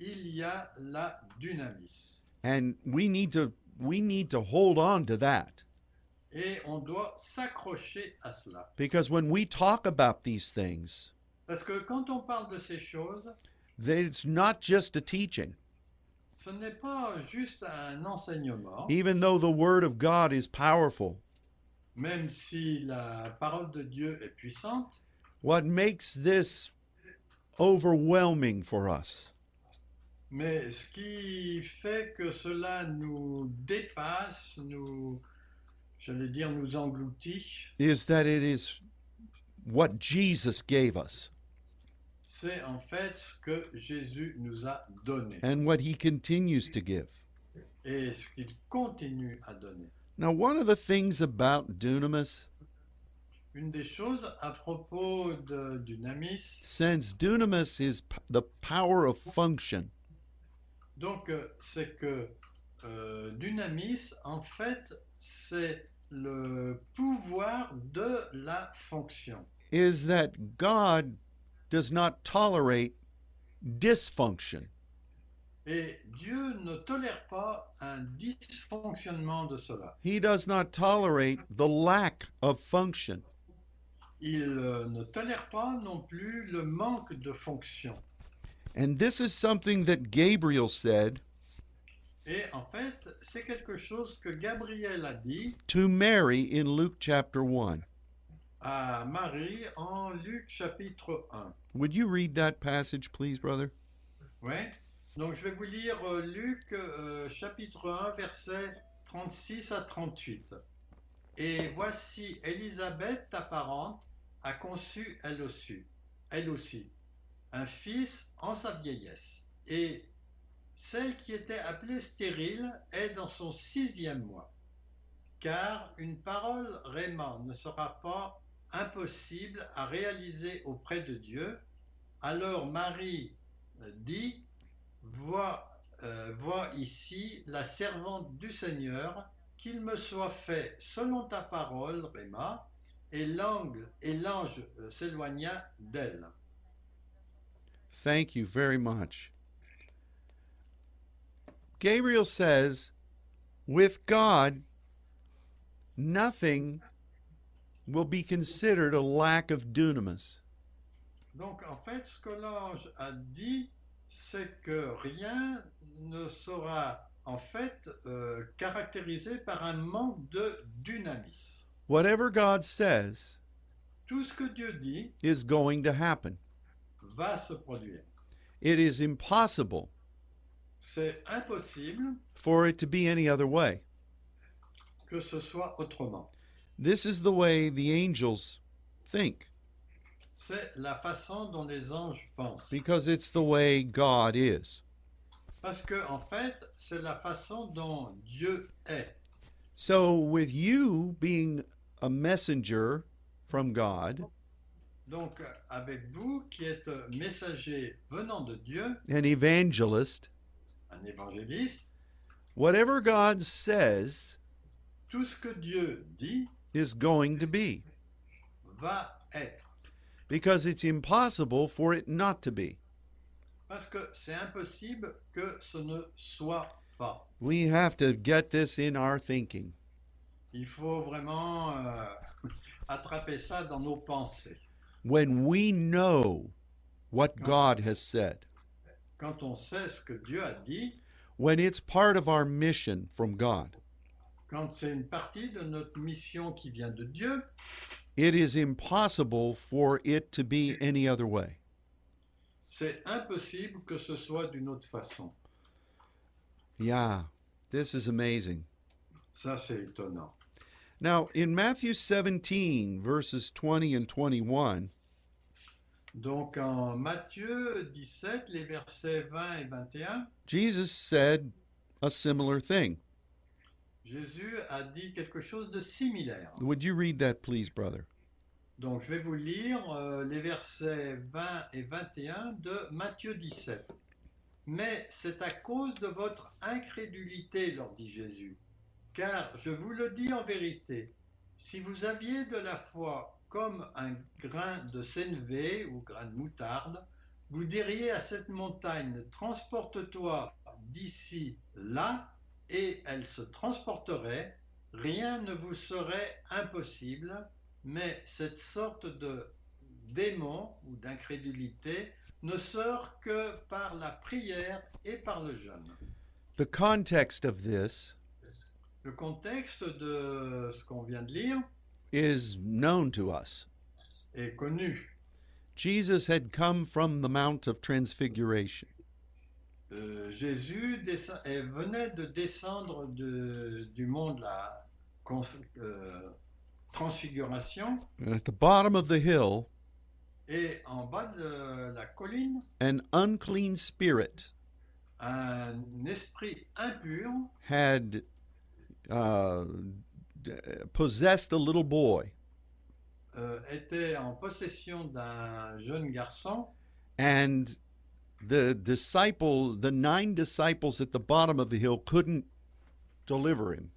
Speaker 2: il y a la dynamis.
Speaker 1: And we need to we need to hold on to that
Speaker 2: Et on doit s'accrocher à cela.
Speaker 1: because when we talk about these things,
Speaker 2: Parce que quand on parle de ces choses,
Speaker 1: that it's not just a teaching.
Speaker 2: ce n'est pas juste un enseignement,
Speaker 1: Even though the word of God is powerful,
Speaker 2: même si la parole de Dieu est puissante.
Speaker 1: what makes this overwhelming for us
Speaker 2: Mais ce qui fait que cela nous dépasse, nous, j'allais dire, nous engloutit,
Speaker 1: is that it is what Jesus gave us
Speaker 2: c'est en fait ce que Jésus nous a donné
Speaker 1: and what he continues to give.
Speaker 2: et ce qu'il continue à donner.
Speaker 1: Now, one of the things about dunamis,
Speaker 2: Une des choses à propos de Dynamis,
Speaker 1: since dunamis is p- the power of function,
Speaker 2: donc euh, c'est que euh, Dynamis, en fait, c'est le pouvoir de la fonction.
Speaker 1: is that God does not tolerate dysfunction.
Speaker 2: Et Dieu ne tolère pas un dysfonctionnement de cela.
Speaker 1: He does not tolerate the lack of function.
Speaker 2: Il euh, ne tolère pas non plus le manque de fonction.
Speaker 1: And this is something that Gabriel said
Speaker 2: Et en fait, c'est quelque chose que Gabriel a dit
Speaker 1: to Mary in Luke chapter 1.
Speaker 2: à Marie en Luc chapitre 1.
Speaker 1: Would you read that passage, please, brother?
Speaker 2: Ouais. Donc je vais vous lire euh, Luc euh, chapitre 1 versets 36 à 38. Et voici Élisabeth, ta parente, a conçu elle aussi, elle aussi un fils en sa vieillesse. Et celle qui était appelée stérile est dans son sixième mois. Car une parole rément ne sera pas impossible à réaliser auprès de Dieu. Alors Marie euh, dit, vois, euh, vois ici la servante du Seigneur, qu'il me soit fait selon ta parole, Réma, et l'angle- et l'ange euh, s'éloigna d'elle.
Speaker 1: Thank you very much. Gabriel says, with God, nothing will be considered a lack of dunamis.
Speaker 2: Donc en fait, ce que l'ange a dit, c'est que rien ne sera en fait euh, caractérisé par un manque de dynamisme.
Speaker 1: Whatever God says
Speaker 2: Tout ce que Dieu dit
Speaker 1: is going to happen.
Speaker 2: va se produire.
Speaker 1: It is impossible
Speaker 2: C'est impossible
Speaker 1: for it to be any other way.
Speaker 2: que ce soit autrement.
Speaker 1: This is the way the angels think
Speaker 2: C'est la façon dont les anges pensent.
Speaker 1: because it's the way God is.
Speaker 2: Parce que en fait, c'est la façon dont Dieu est.
Speaker 1: So, with you being a messenger from God,
Speaker 2: Donc euh, avec vous qui êtes euh, messager venant de Dieu,
Speaker 1: an evangelist,
Speaker 2: un évangéliste,
Speaker 1: whatever God says
Speaker 2: tout ce que Dieu dit
Speaker 1: is going to be
Speaker 2: va être.
Speaker 1: because it's impossible for it not to be.
Speaker 2: Parce que c'est impossible que ce ne soit pas.
Speaker 1: We have to get this in our thinking.
Speaker 2: Il faut vraiment euh, attraper ça dans nos pensées.
Speaker 1: When we know what God has said,
Speaker 2: Quand on sait ce que Dieu a dit,
Speaker 1: when it's part of our mission from God,
Speaker 2: quand c'est une partie de notre mission qui vient de Dieu,
Speaker 1: it is impossible for it to be any other way.
Speaker 2: c'est impossible que ce soit d'une autre façon.
Speaker 1: Yeah, this is amazing.
Speaker 2: Ça, c'est étonnant.
Speaker 1: Now, in Matthew 17, verses 20 and 21,
Speaker 2: Donc en Matthieu 17, les versets 20 et 21,
Speaker 1: Jesus said a similar thing.
Speaker 2: Jésus a dit quelque chose de similaire.
Speaker 1: Would you read that, please, brother?
Speaker 2: Donc, je vais vous lire euh, les versets 20 et 21 de Matthieu 17. Mais c'est à cause de votre incrédulité, leur dit Jésus. Car je vous le dis en vérité, si vous aviez de la foi comme un grain de sénévé ou grain de moutarde, vous diriez à cette montagne, transporte-toi d'ici là, et elle se transporterait, rien ne vous serait impossible. Mais cette sorte de démon ou d'incrédulité ne sort que par la prière et par le jeûne.
Speaker 1: The context of this
Speaker 2: Le contexte de ce qu'on vient de lire
Speaker 1: is known to us.
Speaker 2: est connu.
Speaker 1: Jesus had come from the Mount of Transfiguration.
Speaker 2: euh, Jésus desce- et venait de descendre de- du monde de la con- euh, transfiguration
Speaker 1: And at the bottom of the hill,
Speaker 2: et en bas de la colline,
Speaker 1: an unclean spirit
Speaker 2: un esprit impur
Speaker 1: had uh, d- possessed a little boy,
Speaker 2: euh, était en possession d'un jeune garçon
Speaker 1: and the disciples, the nine disciples at the bottom of the hill, couldn't deliver him.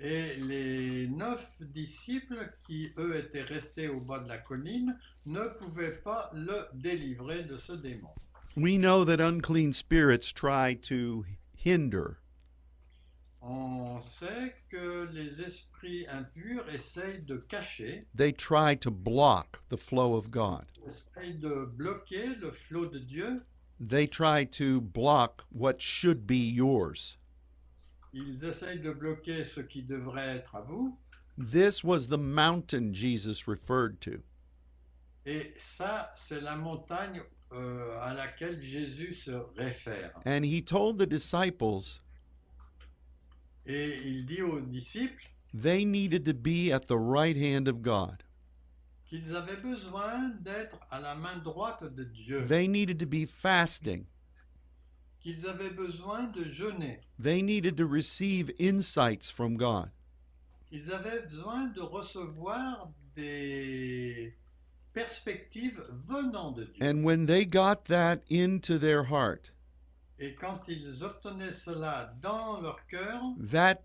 Speaker 2: Et les neuf disciples qui, eux, étaient restés au bas de la colline, ne pouvaient pas le délivrer de ce démon.
Speaker 1: We know that unclean spirits try to hinder
Speaker 2: On sait que les esprits impurs essayent de cacher,
Speaker 1: they try to block the flow of God.
Speaker 2: essayent de bloquer le flot de Dieu.
Speaker 1: They try to block what should be yours.
Speaker 2: Ils essayent de bloquer ce qui devrait être à vous.
Speaker 1: This was the mountain Jesus referred to.
Speaker 2: Et ça, c'est la montagne euh, à laquelle Jésus se réfère.
Speaker 1: And he told the disciples
Speaker 2: Et il dit aux disciples
Speaker 1: they needed to be at the right hand of God,
Speaker 2: qu'ils avaient besoin d'être à la main droite de Dieu.
Speaker 1: they needed to be fasting,
Speaker 2: qu'ils avaient besoin de jeûner,
Speaker 1: they needed to receive insights from God.
Speaker 2: qu'ils avaient besoin de recevoir des perspectives venant de Dieu.
Speaker 1: And when they got that into their heart,
Speaker 2: Et quand ils obtenaient cela dans leur cœur,
Speaker 1: that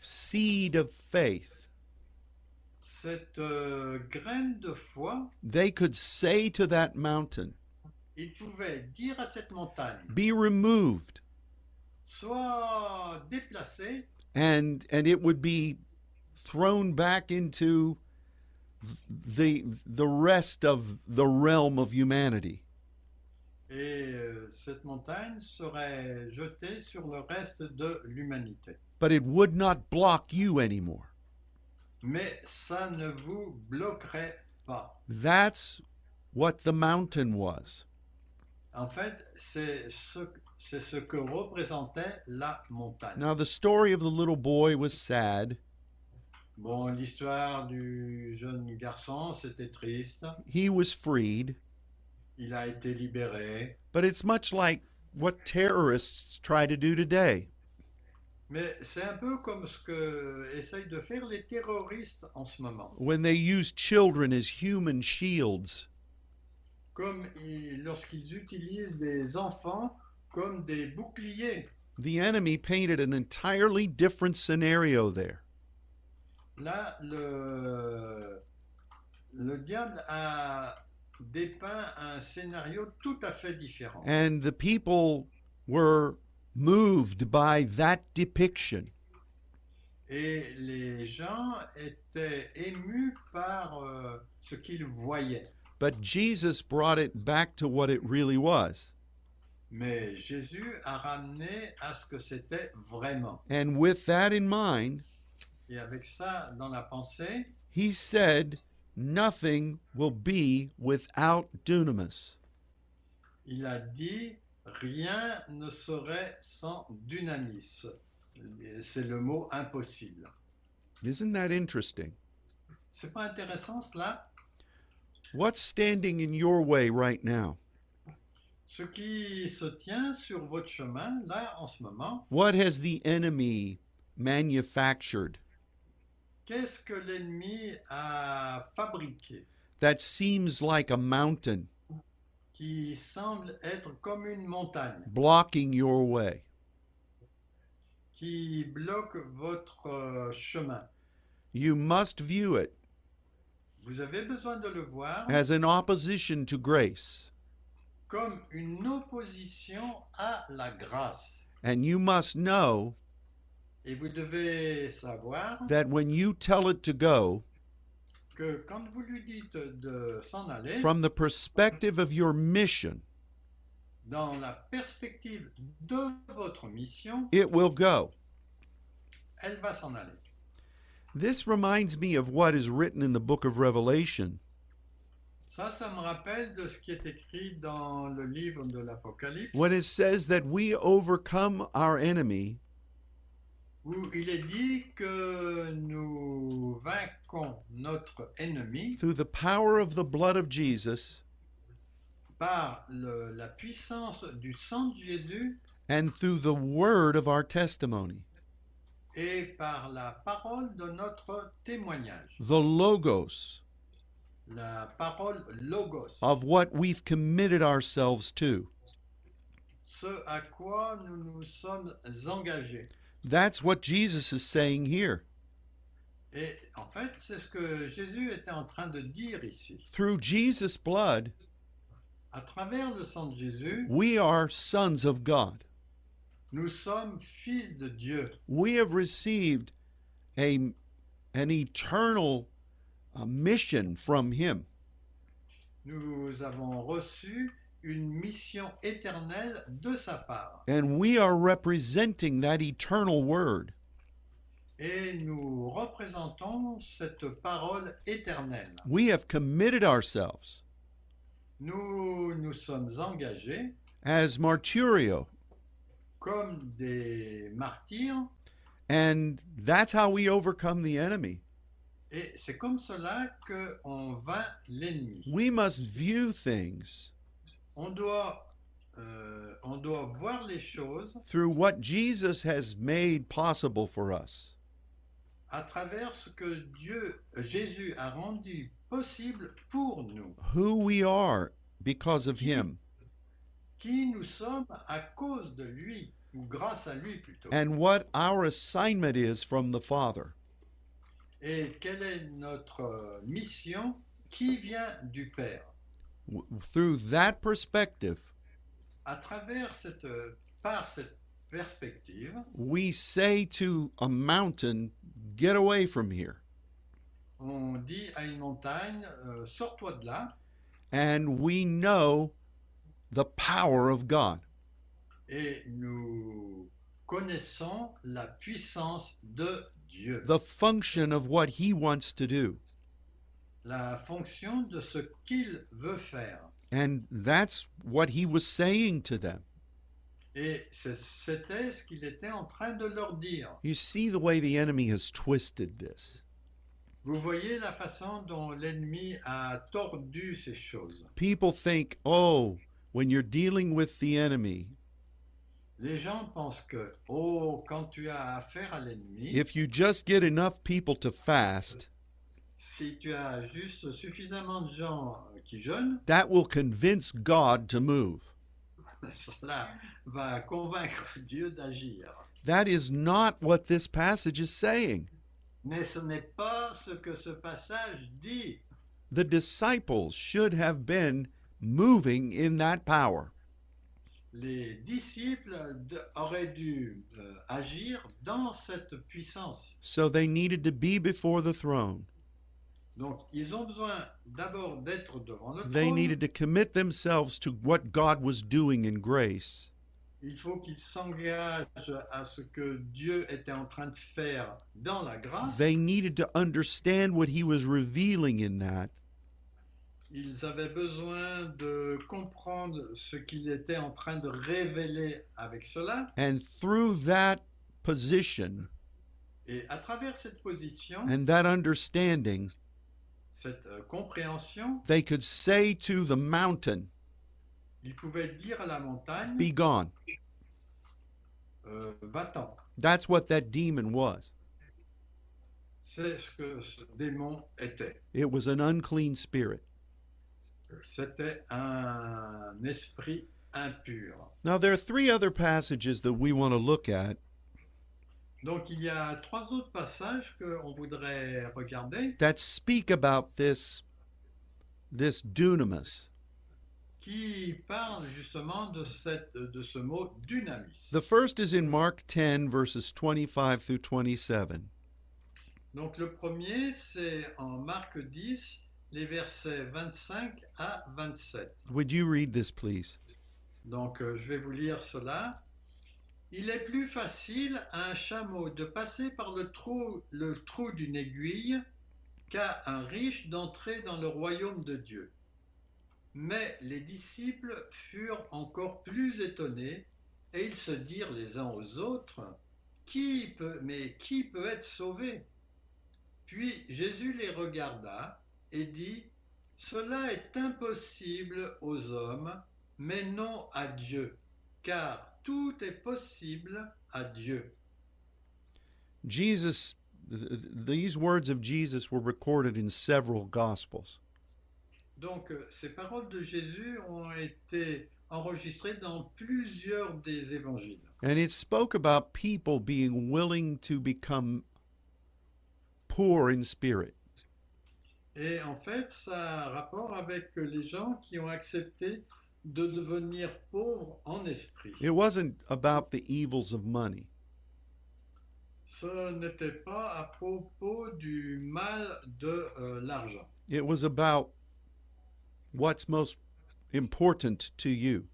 Speaker 1: seed of faith,
Speaker 2: cette euh, graine de foi,
Speaker 1: they could say to that mountain,
Speaker 2: ils pouvaient dire à cette montagne,
Speaker 1: Be removed.
Speaker 2: soit déplacée
Speaker 1: and and it would be thrown back into the the rest of the realm of humanity
Speaker 2: et euh, cette montagne serait jetée sur le reste de l'humanité.
Speaker 1: but it would not block you anymore
Speaker 2: Mais ça ne vous bloquerait pas.
Speaker 1: that's what the mountain was
Speaker 2: En fait, c'est ce, c'est ce que représentait la montagne.
Speaker 1: now the story of the little boy was sad
Speaker 2: Bon, l'histoire du jeune garçon, c'était triste.
Speaker 1: he was freed
Speaker 2: Il a été libéré.
Speaker 1: but it's much like what terrorists try to do today
Speaker 2: Mais c'est un peu comme ce que essayent de faire les terroristes en ce moment.
Speaker 1: when they use children as human shields
Speaker 2: Comme ils- lorsqu'ils utilisent des enfants comme des boucliers.
Speaker 1: the enemy painted an entirely different scenario there
Speaker 2: Là, le, le diable a dépeint un scénario tout à fait différent.
Speaker 1: And the people were moved by that depiction.
Speaker 2: Et les gens étaient émus par euh, ce qu'ils voyaient.
Speaker 1: But Jesus brought it back to what it really was.
Speaker 2: Mais Jésus a ramené à ce que c'était vraiment.
Speaker 1: And with that in mind,
Speaker 2: Et avec ça dans la pensée,
Speaker 1: he said, Nothing will be without dunamis.
Speaker 2: il a dit rien ne serait sans dynamis. Et C'est le mot impossible.
Speaker 1: Isn't that interesting?
Speaker 2: C'est pas intéressant cela
Speaker 1: What's standing in your way right now?
Speaker 2: Ce qui se tient sur votre chemin là en ce moment,
Speaker 1: What has the enemy manufactured
Speaker 2: qu'est-ce que l'ennemi a fabriqué
Speaker 1: that seems like a mountain
Speaker 2: qui semble être comme une montagne
Speaker 1: blocking your way?
Speaker 2: qui bloque votre euh, chemin.
Speaker 1: You must view it
Speaker 2: Vous avez besoin de le voir
Speaker 1: as an opposition to grace.
Speaker 2: comme une opposition à la grâce.
Speaker 1: And you must know
Speaker 2: Et vous devez savoir
Speaker 1: that when you tell it to go,
Speaker 2: que quand vous lui dites de s'en aller,
Speaker 1: from the perspective of your mission,
Speaker 2: dans la perspective de votre mission,
Speaker 1: it will go.
Speaker 2: elle va s'en aller.
Speaker 1: This reminds me of what is written in the book of Revelation
Speaker 2: Ça, ça me rappelle de ce qui est écrit dans le livre de l'Apocalypse,
Speaker 1: when it says that we overcome our enemy
Speaker 2: où il est dit que nous vainquons notre ennemi
Speaker 1: through the power of the blood of Jesus
Speaker 2: par le- la puissance du sang de Jésus
Speaker 1: and through the word of our testimony,
Speaker 2: et par la parole de notre témoignage.
Speaker 1: the logos
Speaker 2: La parole logos,
Speaker 1: of what we've committed ourselves to.
Speaker 2: ce à quoi nous nous sommes engagés.
Speaker 1: That's what Jesus is saying here.
Speaker 2: Et en fait, c'est ce que Jésus était en train de dire ici.
Speaker 1: Through Jesus' blood,
Speaker 2: À travers le sang de Jésus,
Speaker 1: we are sons of God.
Speaker 2: nous sommes fils de Dieu.
Speaker 1: We have received a, an eternal uh, mission from Him.
Speaker 2: Nous avons reçu une mission éternelle de sa part.
Speaker 1: And we are representing that eternal word.
Speaker 2: Et nous représentons cette parole éternelle.
Speaker 1: We have committed ourselves
Speaker 2: Nous nous sommes engagés
Speaker 1: as martyrio,
Speaker 2: comme des martyrs
Speaker 1: and that's how we overcome the enemy.
Speaker 2: et c'est comme cela qu'on vainc l'ennemi.
Speaker 1: We must view things
Speaker 2: On doit, euh, on doit voir les choses
Speaker 1: through what Jesus has made possible for us.
Speaker 2: à travers ce que Dieu, Jésus a rendu possible pour nous,
Speaker 1: who we are because of him
Speaker 2: qui nous sommes à cause de lui, ou grâce à lui plutôt.
Speaker 1: and what our assignment is from the Father.
Speaker 2: Et quelle est notre mission qui vient du Père.
Speaker 1: W- Through that perspective,
Speaker 2: À travers cette, par cette perspective,
Speaker 1: we say to a mountain, Get away from here.
Speaker 2: on dit à une montagne, euh, sors-toi de là,
Speaker 1: And we know the power of God.
Speaker 2: et nous connaissons la puissance de Dieu,
Speaker 1: The function of what he wants to do.
Speaker 2: la fonction de ce qu'il veut faire.
Speaker 1: And that's what he was saying to them.
Speaker 2: Et c'est- c'était ce qu'il était en train de leur dire.
Speaker 1: You see the way the enemy has twisted this.
Speaker 2: Vous voyez la façon dont l'ennemi a tordu ces choses.
Speaker 1: People think, oh, when you're dealing with the enemy,
Speaker 2: Les gens pensent que, oh, quand tu as affaire à l'ennemi,
Speaker 1: If you just get enough people to fast,
Speaker 2: si tu as juste suffisamment de gens qui jeûnent,
Speaker 1: that will convince God to move.
Speaker 2: cela va convaincre Dieu d'agir.
Speaker 1: That is not what this passage is saying.
Speaker 2: Mais ce n'est pas ce que ce passage dit.
Speaker 1: The disciples should have been moving in that power.
Speaker 2: Les disciples de- auraient dû euh, agir dans cette puissance.
Speaker 1: So they needed to be before the throne.
Speaker 2: Donc, ils ont besoin d'abord d'être devant le
Speaker 1: They
Speaker 2: trône.
Speaker 1: needed to commit themselves to what God was doing in grace.
Speaker 2: Il faut qu'ils s'engagent à ce que Dieu était en train de faire dans la grâce.
Speaker 1: They needed to understand what He was revealing in that.
Speaker 2: Ils avaient besoin de comprendre ce qu'il était en train de révéler avec cela.
Speaker 1: And through that position
Speaker 2: Et à travers cette position,
Speaker 1: and that understanding,
Speaker 2: cette euh, compréhension,
Speaker 1: they could say to the mountain,
Speaker 2: ils pouvaient dire à la montagne,
Speaker 1: be gone.
Speaker 2: euh, va-t'en.
Speaker 1: That's what that demon was.
Speaker 2: C'est ce que ce démon était.
Speaker 1: It was an unclean spirit.
Speaker 2: C'était un esprit impur.
Speaker 1: Now, there are three other passages that we want to look at
Speaker 2: Donc il y a trois autres passages qu'on voudrait regarder
Speaker 1: that speak about this, this dunamis.
Speaker 2: qui parlent justement de, cette, de ce mot dynamis.
Speaker 1: The first is in Mark 10, verses 25 through 27.
Speaker 2: Donc le premier, c'est en Marc 10, les versets 25 à 27.
Speaker 1: Would you read this, please?
Speaker 2: Donc, euh, je vais vous lire cela. Il est plus facile à un chameau de passer par le trou, le trou d'une aiguille qu'à un riche d'entrer dans le royaume de Dieu. Mais les disciples furent encore plus étonnés et ils se dirent les uns aux autres, qui peut, mais qui peut être sauvé Puis Jésus les regarda et dit, Cela est impossible aux hommes, mais non à Dieu, car tout est possible à Dieu.
Speaker 1: Jesus, th- th- these words of Jesus were recorded in several Gospels.
Speaker 2: Donc euh, ces paroles de Jésus ont été enregistrées dans plusieurs des évangiles.
Speaker 1: And it spoke about people being willing to become poor in spirit.
Speaker 2: Et en fait, ça a rapport avec les gens qui ont accepté de devenir pauvres en esprit.
Speaker 1: It wasn't about the evils of money,
Speaker 2: Ce n'était pas à propos du mal de euh, l'argent.
Speaker 1: it was about what's most important to you.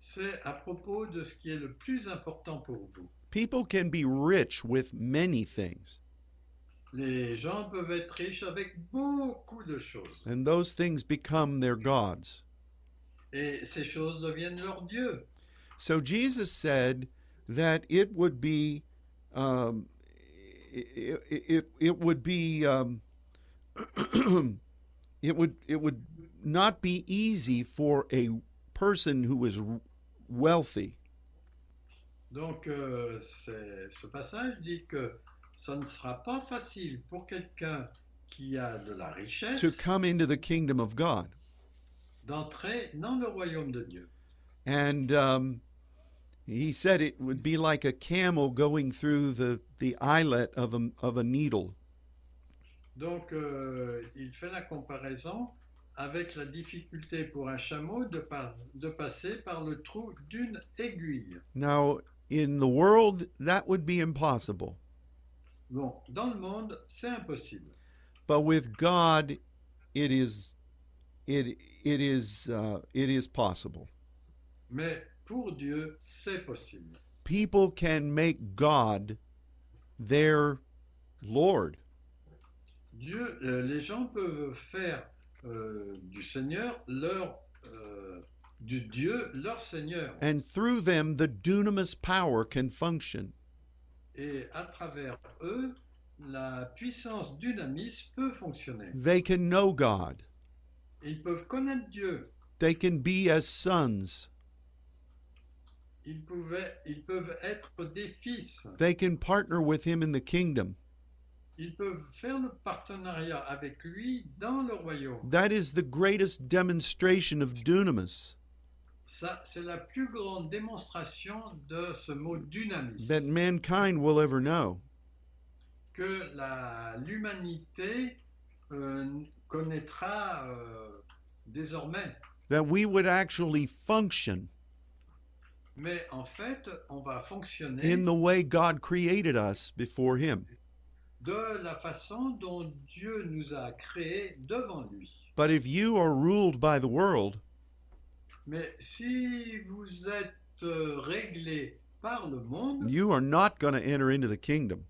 Speaker 2: C'est à propos de ce qui est le plus important pour vous.
Speaker 1: People can be rich with many things,
Speaker 2: Les gens peuvent être riches avec beaucoup de choses.
Speaker 1: and those things become their gods.
Speaker 2: Et ces choses deviennent leur Dieu.
Speaker 1: So Jesus said that it would be, um, it, it, it would be, um, it would it would not be easy for a person who is wealthy
Speaker 2: Donc euh, c'est- ce passage dit que ça ne sera pas facile pour quelqu'un qui a de la
Speaker 1: to
Speaker 2: richesse
Speaker 1: come into the kingdom of God,
Speaker 2: d'entrer dans le royaume de Dieu.
Speaker 1: and um, he said it would be like a camel going through the the eyelet of a of a needle.
Speaker 2: Donc, euh, il fait la comparaison avec la difficulté pour un chameau de, par- de passer par le trou d'une aiguille.
Speaker 1: Now in the world that would be impossible.
Speaker 2: Bon, dans le monde, c'est impossible.
Speaker 1: but with God, it is, it it is uh, it is possible.
Speaker 2: Mais pour Dieu, c'est possible.
Speaker 1: People can make God their Lord.
Speaker 2: Dieu, euh, les gens peuvent faire euh, du Seigneur leur, euh, du Dieu leur Seigneur.
Speaker 1: And through them, the dunamis power can function.
Speaker 2: Et à travers eux, la puissance dynamis peut fonctionner.
Speaker 1: They can know God.
Speaker 2: Ils peuvent connaître Dieu.
Speaker 1: They can be as sons.
Speaker 2: Ils, pouvaient- ils peuvent être des fils.
Speaker 1: They can partner with Him in the kingdom.
Speaker 2: Ils peuvent faire le partenariat avec lui dans le royaume.
Speaker 1: That is the greatest demonstration of dunamis
Speaker 2: Ça, c'est la plus grande démonstration de ce mot
Speaker 1: that
Speaker 2: dynamisme
Speaker 1: mankind will ever know.
Speaker 2: que la- l'humanité euh, connaîtra euh, désormais.
Speaker 1: That we would actually function
Speaker 2: Mais en fait, on va fonctionner
Speaker 1: in the way God created us before Him.
Speaker 2: de la façon dont Dieu nous a créés devant lui.
Speaker 1: But if you are ruled by the world,
Speaker 2: Mais si vous êtes euh, réglé par le monde,
Speaker 1: you are not going to enter into the kingdom.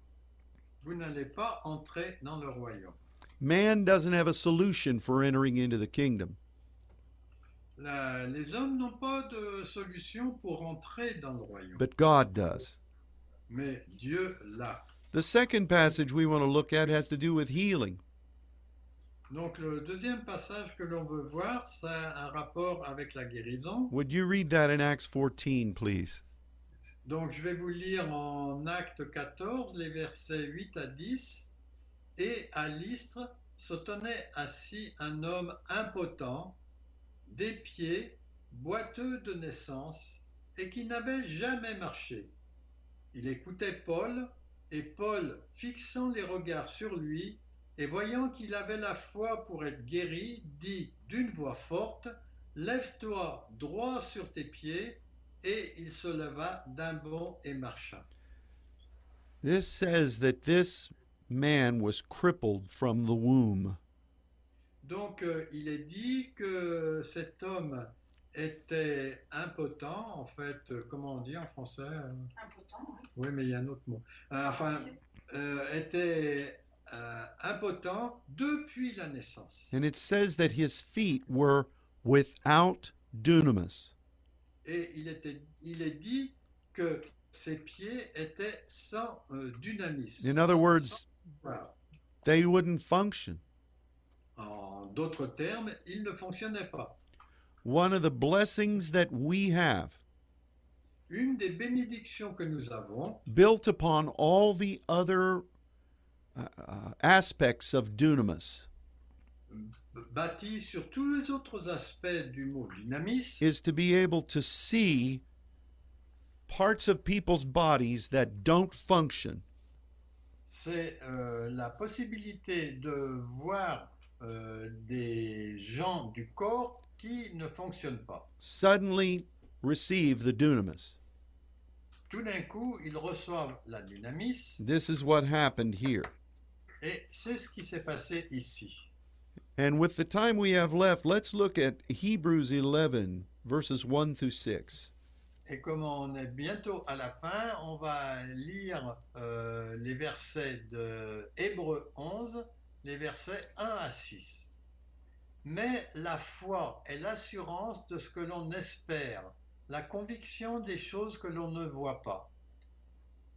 Speaker 2: vous n'allez pas entrer dans le royaume.
Speaker 1: Man doesn't have a solution for entering into the kingdom.
Speaker 2: La- les hommes n'ont pas de solution pour entrer dans le royaume,
Speaker 1: But God does.
Speaker 2: mais Dieu l'a.
Speaker 1: The second passage we want to look at has to do with healing.
Speaker 2: Donc le deuxième passage que l'on veut voir, ça a un rapport avec la guérison.
Speaker 1: Would you read that in Acts 14, please?
Speaker 2: Donc je vais vous lire en Acte 14, les versets 8 à 10. Et à l'Istre se tenait assis un homme impotent, des pieds, boiteux de naissance, et qui n'avait jamais marché. Il écoutait Paul, et Paul, fixant les regards sur lui, et voyant qu'il avait la foi pour être guéri, dit d'une voix forte, Lève-toi droit sur tes pieds, et il se leva d'un bond et marcha.
Speaker 1: This says that this man was crippled from the womb.
Speaker 2: Donc euh, il est dit que cet homme était impotent, en fait, euh, comment on dit en français euh,
Speaker 3: Important, oui.
Speaker 2: Oui, mais il y a un autre mot. Euh, enfin, euh, était euh, impotent depuis la naissance.
Speaker 1: And it says that his feet were without dunamis.
Speaker 2: Et il, était, il est dit que ses pieds étaient sans euh, dunamis.
Speaker 1: In other words,
Speaker 2: Voilà.
Speaker 1: they wouldn't function.
Speaker 2: En d'autres termes, il ne fonctionnait pas.
Speaker 1: One of the blessings that we have,
Speaker 2: Une des bénédictions que nous avons,
Speaker 1: built upon all the other uh, uh, aspects of dunamis,
Speaker 2: bâtie sur tous les autres aspects du mot dynamis,
Speaker 1: is to be able to see parts of people's bodies that don't function
Speaker 2: c'est euh, la possibilité de voir euh, des gens du corps qui ne fonctionnent pas.
Speaker 1: suddenly receive the dunamis.
Speaker 2: Tout d'un coup, ils reçoivent la dynamis
Speaker 1: This is what happened here.
Speaker 2: et c'est ce qui s'est passé ici.
Speaker 1: And with the time we have left, let's look at Hebrews 11, verses 1 through 6.
Speaker 2: Et comme on est bientôt à la fin, on va lire euh, les versets de Hébreux 11, les versets 1 à 6. Mais la foi est l'assurance de ce que l'on espère, la conviction des choses que l'on ne voit pas.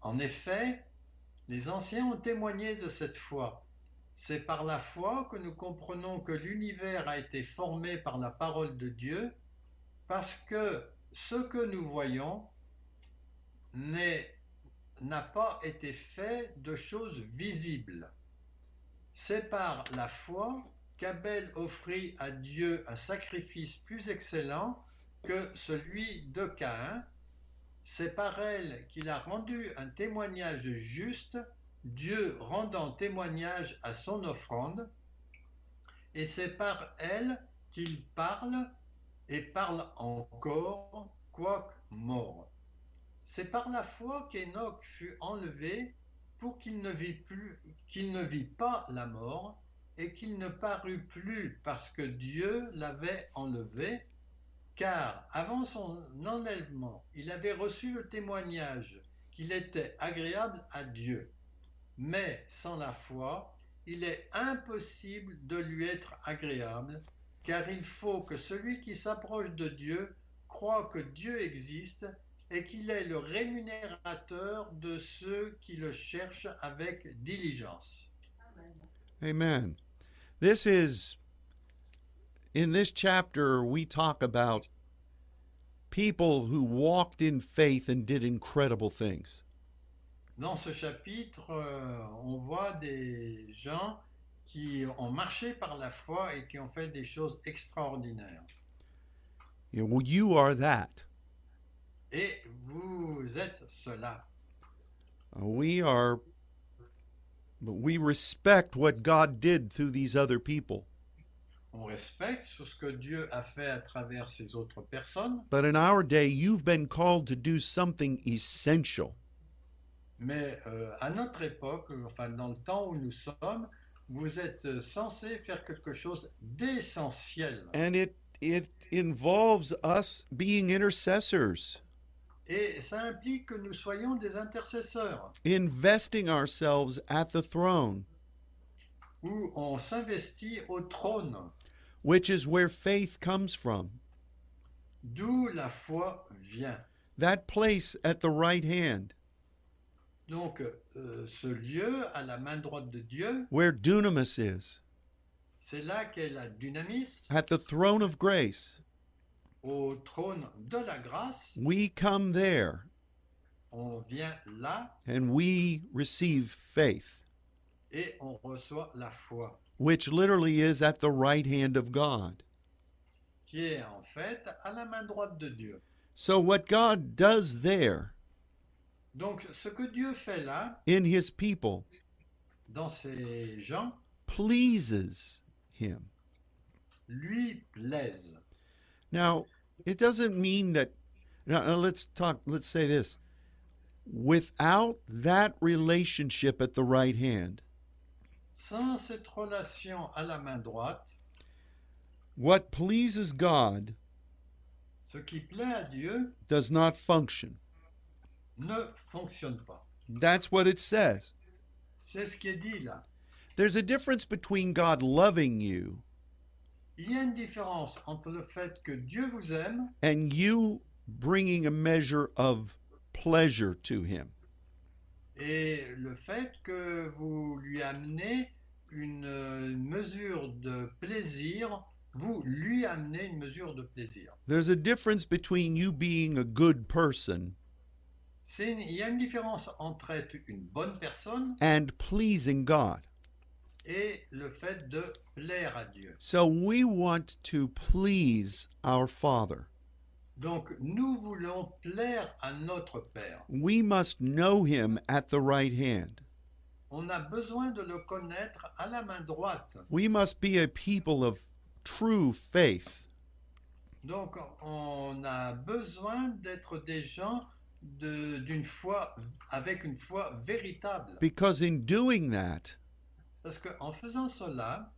Speaker 2: En effet, les anciens ont témoigné de cette foi. C'est par la foi que nous comprenons que l'univers a été formé par la parole de Dieu, parce que ce que nous voyons n'est- n'a pas été fait de choses visibles. C'est par la foi qu'Abel offrit à Dieu un sacrifice plus excellent que celui de Caïn. C'est par elle qu'il a rendu un témoignage juste, Dieu rendant témoignage à son offrande. Et c'est par elle qu'il parle et parle encore, quoique mort. C'est par la foi qu'Enoch fut enlevé pour qu'il ne vit plus, qu'il ne vit pas la mort et qu'il ne parut plus parce que Dieu l'avait enlevé, car avant son enlèvement, il avait reçu le témoignage qu'il était agréable à Dieu. Mais sans la foi, il est impossible de lui être agréable, car il faut que celui qui s'approche de Dieu croit que Dieu existe et qu'il est le rémunérateur de ceux qui le cherchent avec diligence.
Speaker 1: Amen. This is, in this chapter, we talk about people who walked in faith and did incredible things.
Speaker 2: Dans ce chapitre, euh, on voit des gens qui ont marché par la foi et qui ont fait des choses extraordinaires.
Speaker 1: You, know, well, you are that.
Speaker 2: Et vous êtes cela.
Speaker 1: Uh, We are, but we respect what God did through these other people.
Speaker 2: On respecte tout ce que Dieu a fait à travers ces autres personnes.
Speaker 1: But in our day, you've been called to do something essential.
Speaker 2: Mais euh, à notre époque, euh, enfin dans le temps où nous sommes, vous êtes censé faire quelque chose d'essentiel.
Speaker 1: and it it involves us being intercessors
Speaker 2: Et ça implique que nous soyons des intercesseurs,
Speaker 1: investing ourselves at the throne
Speaker 2: où on s'investit au trône,
Speaker 1: which is where faith comes from
Speaker 2: d'où la foi vient.
Speaker 1: that place at the right hand
Speaker 2: Donc euh, ce lieu à la main droite de Dieu,
Speaker 1: where dunamis is
Speaker 2: c'est là qu'est la dynamis,
Speaker 1: at the throne of grace
Speaker 2: au trône de la grâce.
Speaker 1: we come there
Speaker 2: On vient là
Speaker 1: and we receive faith
Speaker 2: et on reçoit la foi,
Speaker 1: which literally is at the right hand of god
Speaker 2: qui est en fait à la main droite de Dieu.
Speaker 1: so what god does there
Speaker 2: Donc, ce que Dieu fait là,
Speaker 1: in his people
Speaker 2: dans ces gens,
Speaker 1: pleases him
Speaker 2: lui plaise.
Speaker 1: Now, it doesn't mean that. Now, now let's talk. Let's say this: without that relationship at the right hand,
Speaker 2: Sans cette relation à la main droite,
Speaker 1: what pleases God
Speaker 2: ce qui plaît à Dieu
Speaker 1: does not function.
Speaker 2: ne fonctionne pas.
Speaker 1: That's what it says.
Speaker 2: C'est ce qui est dit là.
Speaker 1: There's a difference between God loving you
Speaker 2: Il y a une différence entre le fait que Dieu vous aime
Speaker 1: and you bringing a measure of pleasure to Him.
Speaker 2: et le fait que vous lui amenez une euh, mesure de plaisir, vous lui amenez une mesure de plaisir.
Speaker 1: There's a difference between you being a good person
Speaker 2: C'est une- il y a une différence entre être une bonne personne
Speaker 1: and pleasing God.
Speaker 2: et le fait de plaire à Dieu.
Speaker 1: So we want to please our Father.
Speaker 2: Donc nous voulons plaire à notre Père.
Speaker 1: We must know Him at the right hand.
Speaker 2: On a besoin de le connaître à la main droite.
Speaker 1: We must be a people of true faith.
Speaker 2: Donc on a besoin d'être des gens de- d'une foi avec une foi véritable.
Speaker 1: Because in doing that,
Speaker 2: Parce qu'en faisant cela,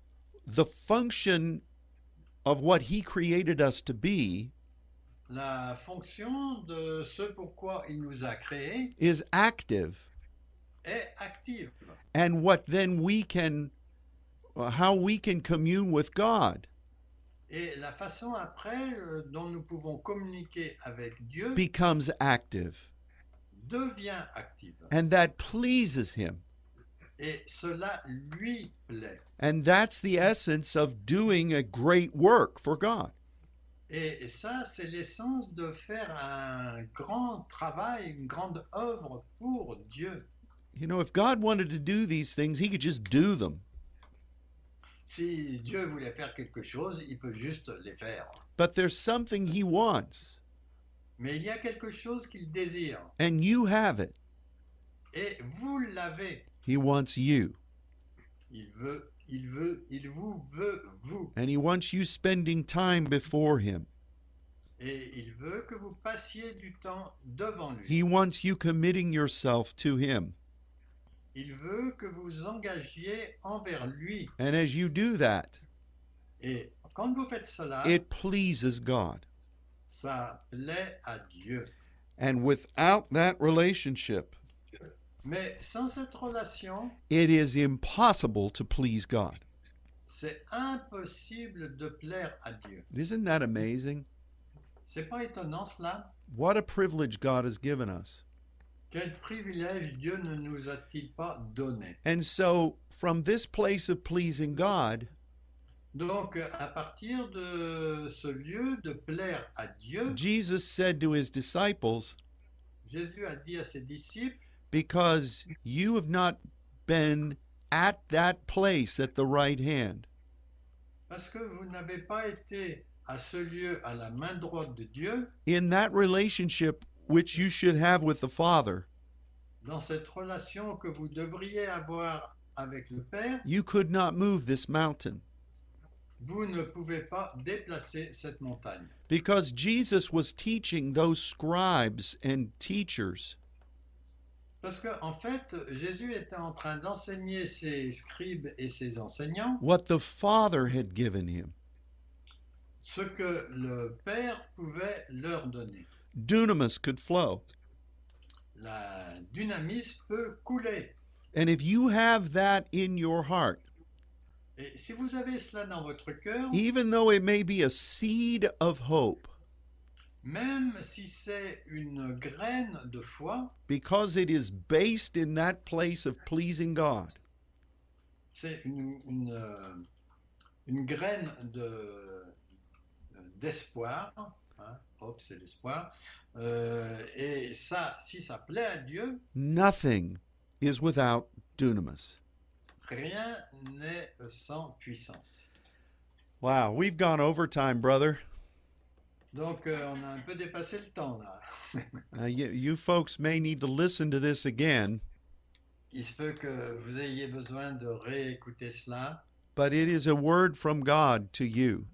Speaker 1: the function of what He created us to be
Speaker 2: la fonction de ce pourquoi il nous a créés
Speaker 1: is active,
Speaker 2: est active.
Speaker 1: and what then we can, how we can commune with God.
Speaker 2: Et la façon après euh, dont nous pouvons communiquer avec Dieu
Speaker 1: becomes active
Speaker 2: devient active.
Speaker 1: and that pleases him.
Speaker 2: Et cela lui plaît.
Speaker 1: And that's the essence of doing a great work for God.
Speaker 2: Et et ça, c'est l'essence de faire un grand travail, une grande œuvre pour Dieu.
Speaker 1: You know, if God wanted to do these things, he could just do them.
Speaker 2: Si Dieu voulait faire quelque chose, il peut juste les faire.
Speaker 1: But there's something he wants,
Speaker 2: Mais il y a quelque chose qu'il désire.
Speaker 1: and you have it.
Speaker 2: Et vous l'avez.
Speaker 1: He wants you,
Speaker 2: Il veut, il veut, il vous veut, vous.
Speaker 1: and he wants you spending time before him.
Speaker 2: Et il veut que vous passiez du temps devant lui.
Speaker 1: He wants you committing yourself to him.
Speaker 2: Il veut que vous engagiez envers lui.
Speaker 1: And as you do that,
Speaker 2: Et quand vous faites cela,
Speaker 1: it pleases God.
Speaker 2: ça plaît à Dieu.
Speaker 1: And without that relationship,
Speaker 2: Mais sans cette relation,
Speaker 1: it is impossible to please God.
Speaker 2: c'est impossible de plaire à Dieu.
Speaker 1: Isn't that amazing?
Speaker 2: C'est pas étonnant cela
Speaker 1: What a privilege God has given us.
Speaker 2: Quel privilège Dieu ne nous a-t-il pas donné
Speaker 1: And so, from this place of pleasing God,
Speaker 2: Donc, euh, à partir de ce lieu de plaire à Dieu,
Speaker 1: Jesus said to his disciples,
Speaker 2: Jésus a dit à ses disciples,
Speaker 1: Because you have not been at that place at the right hand,
Speaker 2: Parce que vous n'avez pas été à ce lieu à la main droite de Dieu,
Speaker 1: in that relationship which you should have with the Father,
Speaker 2: dans cette relation que vous devriez avoir avec le Père,
Speaker 1: you could not move this mountain.
Speaker 2: vous ne pouvez pas déplacer cette montagne.
Speaker 1: Because Jesus was teaching those scribes and teachers
Speaker 2: Parce que en fait, Jésus était en train d'enseigner ses scribes et ses enseignants
Speaker 1: what the Father had given him
Speaker 2: ce que le Père pouvait leur donner.
Speaker 1: dunamis could flow.
Speaker 2: La dynamis peut couler.
Speaker 1: And if you have that in your heart,
Speaker 2: Et si vous avez cela dans votre cœur,
Speaker 1: even though it may be a seed of hope,
Speaker 2: même si c'est une graine de foi,
Speaker 1: because it is based in that place of pleasing God,
Speaker 2: C'est une, une, euh, une graine de- d'espoir. hein. Hop, c'est l'espoir. Euh, et ça, si ça plaît à Dieu,
Speaker 1: nothing is without dunamis.
Speaker 2: rien n'est sans puissance.
Speaker 1: Wow, we've gone overtime, brother.
Speaker 2: Donc, euh, on a un peu dépassé le temps là.
Speaker 1: Uh, you, you folks may need to listen to this again,
Speaker 2: Il se peut que vous ayez besoin de réécouter cela,
Speaker 1: but it is a word from God to you,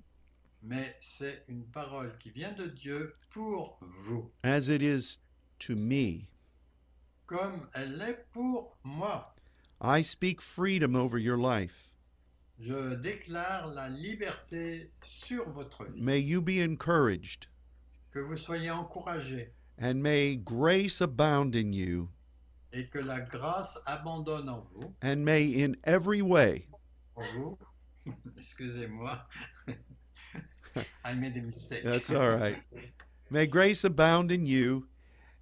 Speaker 2: mais c'est une parole qui vient de Dieu pour vous,
Speaker 1: as it is to me.
Speaker 2: comme elle est pour moi.
Speaker 1: I speak freedom over your life.
Speaker 2: Je déclare la liberté sur votre vie.
Speaker 1: May you be encouraged,
Speaker 2: que vous soyez encouragés
Speaker 1: and may grace abound in you,
Speaker 2: et que la grâce abandonne en vous,
Speaker 1: and may in every way
Speaker 2: en vous Excusez-moi. I made a mistake.
Speaker 1: That's all right. May grace abound in you,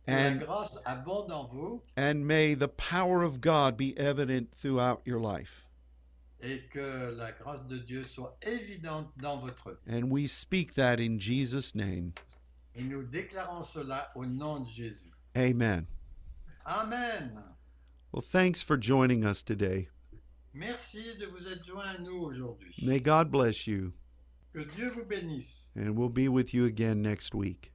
Speaker 2: Que la
Speaker 1: and,
Speaker 2: grâce abonde en vous
Speaker 1: and may the power of God be evident throughout your life.
Speaker 2: et que la grâce de Dieu soit évidente dans votre vie.
Speaker 1: And we speak that in Jesus' name.
Speaker 2: Et nous déclarons cela au nom de Jésus.
Speaker 1: Amen.
Speaker 2: Amen.
Speaker 1: Well, thanks for joining us today.
Speaker 2: Merci de vous être joints à nous aujourd'hui.
Speaker 1: May God bless you,
Speaker 2: Que Dieu vous bénisse
Speaker 1: and we'll be with you again next week.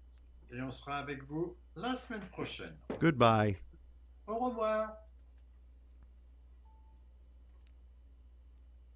Speaker 2: et on sera avec vous la semaine prochaine.
Speaker 1: Goodbye.
Speaker 2: Au revoir.